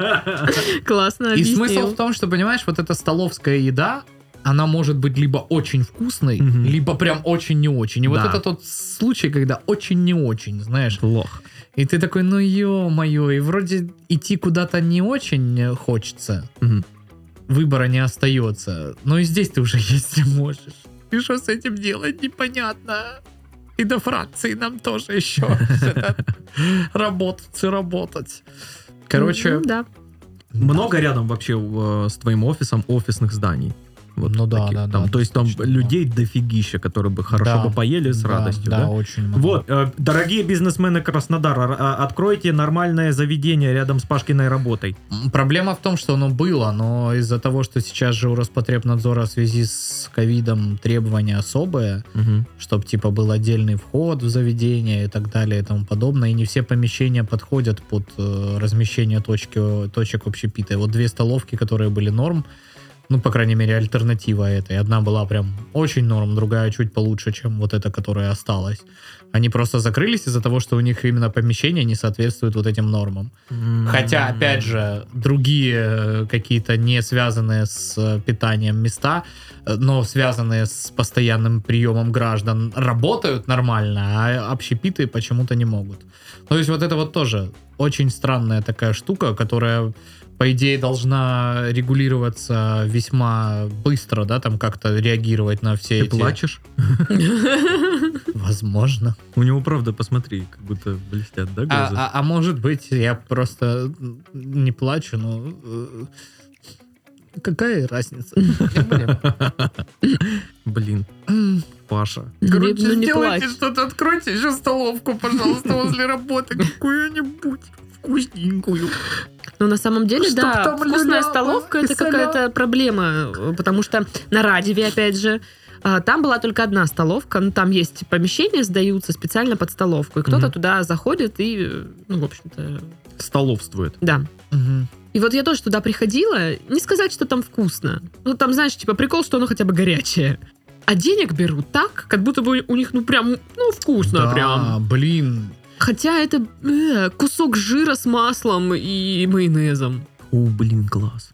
Speaker 1: Классно
Speaker 2: И
Speaker 1: объяснил.
Speaker 2: смысл в том, что, понимаешь, вот эта столовская еда, она может быть либо очень вкусной,
Speaker 3: Мгм.
Speaker 2: либо прям очень не очень. И вот
Speaker 3: Да.
Speaker 2: это тот случай, когда очень не очень, знаешь.
Speaker 3: Лох.
Speaker 2: И ты такой, ну ё-моё, и вроде идти куда-то не очень э, хочется,
Speaker 3: Мгм.
Speaker 2: выбора не остается. Но и здесь ты уже <laughs> есть не можешь. И что с этим делать, непонятно. И до Франции нам тоже <laughs> еще что-то работать и работать. Короче,
Speaker 1: М, Да. <laughs>
Speaker 3: Много рядом вообще э, с твоим офисом офисных зданий? Вот
Speaker 2: Ну да,
Speaker 3: таких
Speaker 2: да,
Speaker 3: там.
Speaker 2: да,
Speaker 3: То есть там
Speaker 2: достаточно
Speaker 3: людей дофигища, которые бы хорошо
Speaker 2: Да.
Speaker 3: бы поели с
Speaker 2: Да,
Speaker 3: радостью, да?
Speaker 2: Да, очень много.
Speaker 3: Вот, э, дорогие бизнесмены Краснодара, р- а, откройте нормальное заведение рядом с Пашкиной работой.
Speaker 2: М, Проблема в том, что оно было, но из-за того, что сейчас же у Роспотребнадзора в связи с ковидом требования особые, чтобы типа был отдельный вход в заведение и так далее и тому подобное, и не все помещения подходят под э, размещение точки, точек общепита. И вот две столовки, которые были норм, ну, по крайней мере, альтернатива этой. Одна была прям очень норм, другая чуть получше, чем вот эта, которая осталась. Они просто закрылись из-за того, что у них именно помещение не соответствует вот этим нормам. Хотя,
Speaker 3: М-м-м.
Speaker 2: опять же, другие э, какие-то не связанные с э, питанием места, э, но связанные с постоянным приемом граждан, работают нормально, а общепиты почему-то не могут. Ну, То есть вот это вот тоже очень странная такая штука, которая, по идее, должна регулироваться весьма быстро, да, там как-то реагировать на все
Speaker 3: Ты
Speaker 2: эти...
Speaker 3: плачешь?
Speaker 2: Возможно.
Speaker 3: У него, правда, посмотри, как будто блестят, да,
Speaker 2: А,
Speaker 3: глаза?
Speaker 2: а- а может быть, я просто м, не плачу, но... э, Какая разница? <laughs> <clears throat>
Speaker 3: Блин,
Speaker 2: М,
Speaker 3: Паша.
Speaker 1: Короче, ну, не сделайте плачь.
Speaker 2: что-то, откройте еще столовку, пожалуйста, возле работы какую-нибудь вкусненькую.
Speaker 1: Но на самом деле,
Speaker 2: Чтоб
Speaker 1: да,
Speaker 2: там
Speaker 1: вкусная
Speaker 2: люля
Speaker 1: столовка
Speaker 2: была и
Speaker 1: это какая-то проблема, э, потому что на Радиве, опять же, а, там была только одна столовка, ну, там есть помещения, сдаются специально под столовку, и кто-то
Speaker 3: Мгм.
Speaker 1: туда заходит и, э, ну, в общем-то,
Speaker 3: Столовствует.
Speaker 1: да. И вот я тоже туда приходила, не сказать, что там вкусно. Ну, там, знаешь, типа прикол, что оно хотя бы горячее. А денег берут так, как будто бы у них, ну, прям, ну, вкусно прям.
Speaker 2: блин.
Speaker 1: Хотя это э, кусок жира с маслом и майонезом.
Speaker 3: О, блин, класс.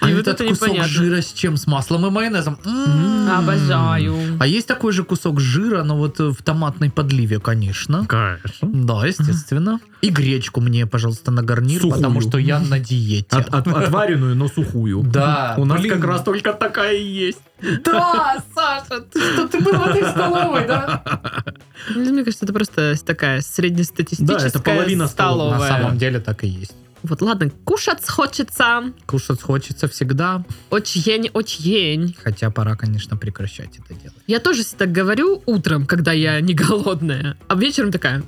Speaker 2: А
Speaker 1: И вот
Speaker 2: этот
Speaker 1: это
Speaker 2: кусок
Speaker 1: непонятно.
Speaker 2: жира с чем? С маслом и майонезом? М.
Speaker 3: М.
Speaker 1: Обожаю.
Speaker 2: А есть такой же кусок жира, но вот э, в томатной подливе, конечно.
Speaker 3: Конечно.
Speaker 2: Да, естественно. И гречку мне, пожалуйста, на гарнир,
Speaker 3: Сухую.
Speaker 2: потому что я на диете.
Speaker 3: От- от- отваренную, но сухую.
Speaker 2: Да,
Speaker 3: У нас
Speaker 2: блин.
Speaker 3: как раз только такая и есть. <laughs>
Speaker 2: Да, Саша, ты- что ты был в этой столовой, да?
Speaker 1: Ну, Мне кажется, это просто такая среднестатистическая
Speaker 3: Да, это половина столовой.
Speaker 2: На
Speaker 1: столовая.
Speaker 2: самом деле так и есть.
Speaker 1: Вот, ладно, кушать хочется.
Speaker 2: Кушать хочется всегда,
Speaker 1: Очень, очень.
Speaker 2: хотя пора, конечно, прекращать это делать.
Speaker 1: Я тоже всегда говорю утром, когда я не голодная, а вечером такая,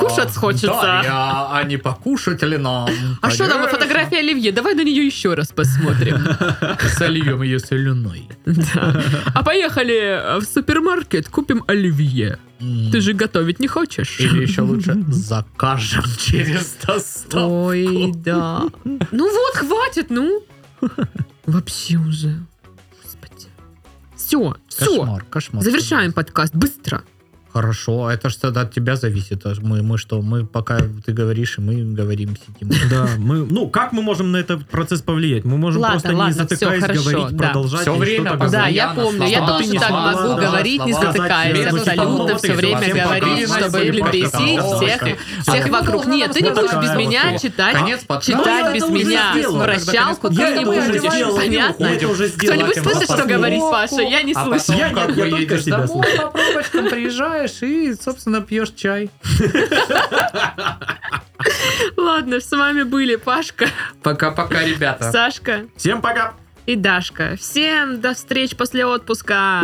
Speaker 1: Кушать хочется.
Speaker 2: Дарья, а не покушать ли нам?
Speaker 1: а что там,
Speaker 2: Конечно.
Speaker 1: фотография Оливье, давай на нее еще раз посмотрим.
Speaker 2: <laughs>
Speaker 3: <laughs>
Speaker 2: Сольем ее солюной.
Speaker 1: Да. А поехали э, в супермаркет, купим Оливье. Ты же готовить не хочешь.
Speaker 2: Или еще лучше, закажем <laughs> через доставку.
Speaker 1: Ой, да. Ну вот, хватит,
Speaker 2: <laughs>
Speaker 1: ну. Вообще уже. Господи. Все, все.
Speaker 2: Кошмар, кошмар.
Speaker 1: Завершаем подкаст быстро.
Speaker 2: Хорошо, а это что от тебя зависит. А Мы, мы что, мы пока ты говоришь, и мы говорим, сидим.
Speaker 3: Да, мы, ну, как мы можем на этот процесс повлиять? Мы можем
Speaker 1: Ладно,
Speaker 3: просто не
Speaker 1: ладно, всё,
Speaker 3: затыкаясь
Speaker 1: хорошо,
Speaker 3: говорить,
Speaker 1: да.
Speaker 3: продолжать.
Speaker 2: Всё
Speaker 3: и
Speaker 2: время
Speaker 3: что-то
Speaker 2: по-
Speaker 3: говорить.
Speaker 1: Да, я
Speaker 2: Яна,
Speaker 1: помню, я
Speaker 2: слова.
Speaker 3: Ты не
Speaker 1: тоже так
Speaker 3: смогла
Speaker 1: могу
Speaker 3: сказать
Speaker 1: говорить, не
Speaker 3: А
Speaker 2: слова.
Speaker 1: затыкаясь,
Speaker 3: типа,
Speaker 2: Сказать,
Speaker 1: абсолютно
Speaker 2: ну,
Speaker 1: все
Speaker 2: ты
Speaker 1: время
Speaker 2: совсем
Speaker 1: говорить,
Speaker 2: поганая,
Speaker 1: чтобы
Speaker 2: совсем
Speaker 1: бесить
Speaker 2: поганая.
Speaker 1: всех,
Speaker 2: Слушай,
Speaker 1: всех
Speaker 2: а
Speaker 1: вокруг.
Speaker 2: ты
Speaker 1: Нет, ты не
Speaker 2: должна
Speaker 1: будешь
Speaker 2: нам
Speaker 1: без
Speaker 2: сказать
Speaker 1: меня
Speaker 2: вот
Speaker 1: читать.
Speaker 2: Конец подкаста. Ну,
Speaker 1: Читать
Speaker 3: я
Speaker 1: без
Speaker 3: это уже
Speaker 1: меня.
Speaker 3: сделала, когда
Speaker 1: Прощалку
Speaker 2: конец
Speaker 1: ты не
Speaker 2: подкаста. Я это уже
Speaker 1: будешь.
Speaker 2: сделала,
Speaker 1: Понятно?
Speaker 3: Илюх, я это уже сделала.
Speaker 1: Кто-нибудь
Speaker 3: Тем
Speaker 1: слышит, что
Speaker 3: запас-
Speaker 1: говорит Паша? Я не
Speaker 2: А
Speaker 1: слышу.
Speaker 2: потом,
Speaker 3: Я-
Speaker 2: как
Speaker 3: я-
Speaker 2: бы,
Speaker 3: я только
Speaker 2: едешь
Speaker 3: себя
Speaker 2: домой,
Speaker 3: слушаю.
Speaker 2: по пробочкам приезжаешь и, собственно, пьешь чай.
Speaker 1: Ладно, с вами были Пашка,
Speaker 2: Пока-пока, ребята.
Speaker 1: Сашка
Speaker 3: Всем пока!
Speaker 1: и Дашка. Всем до встреч после отпуска.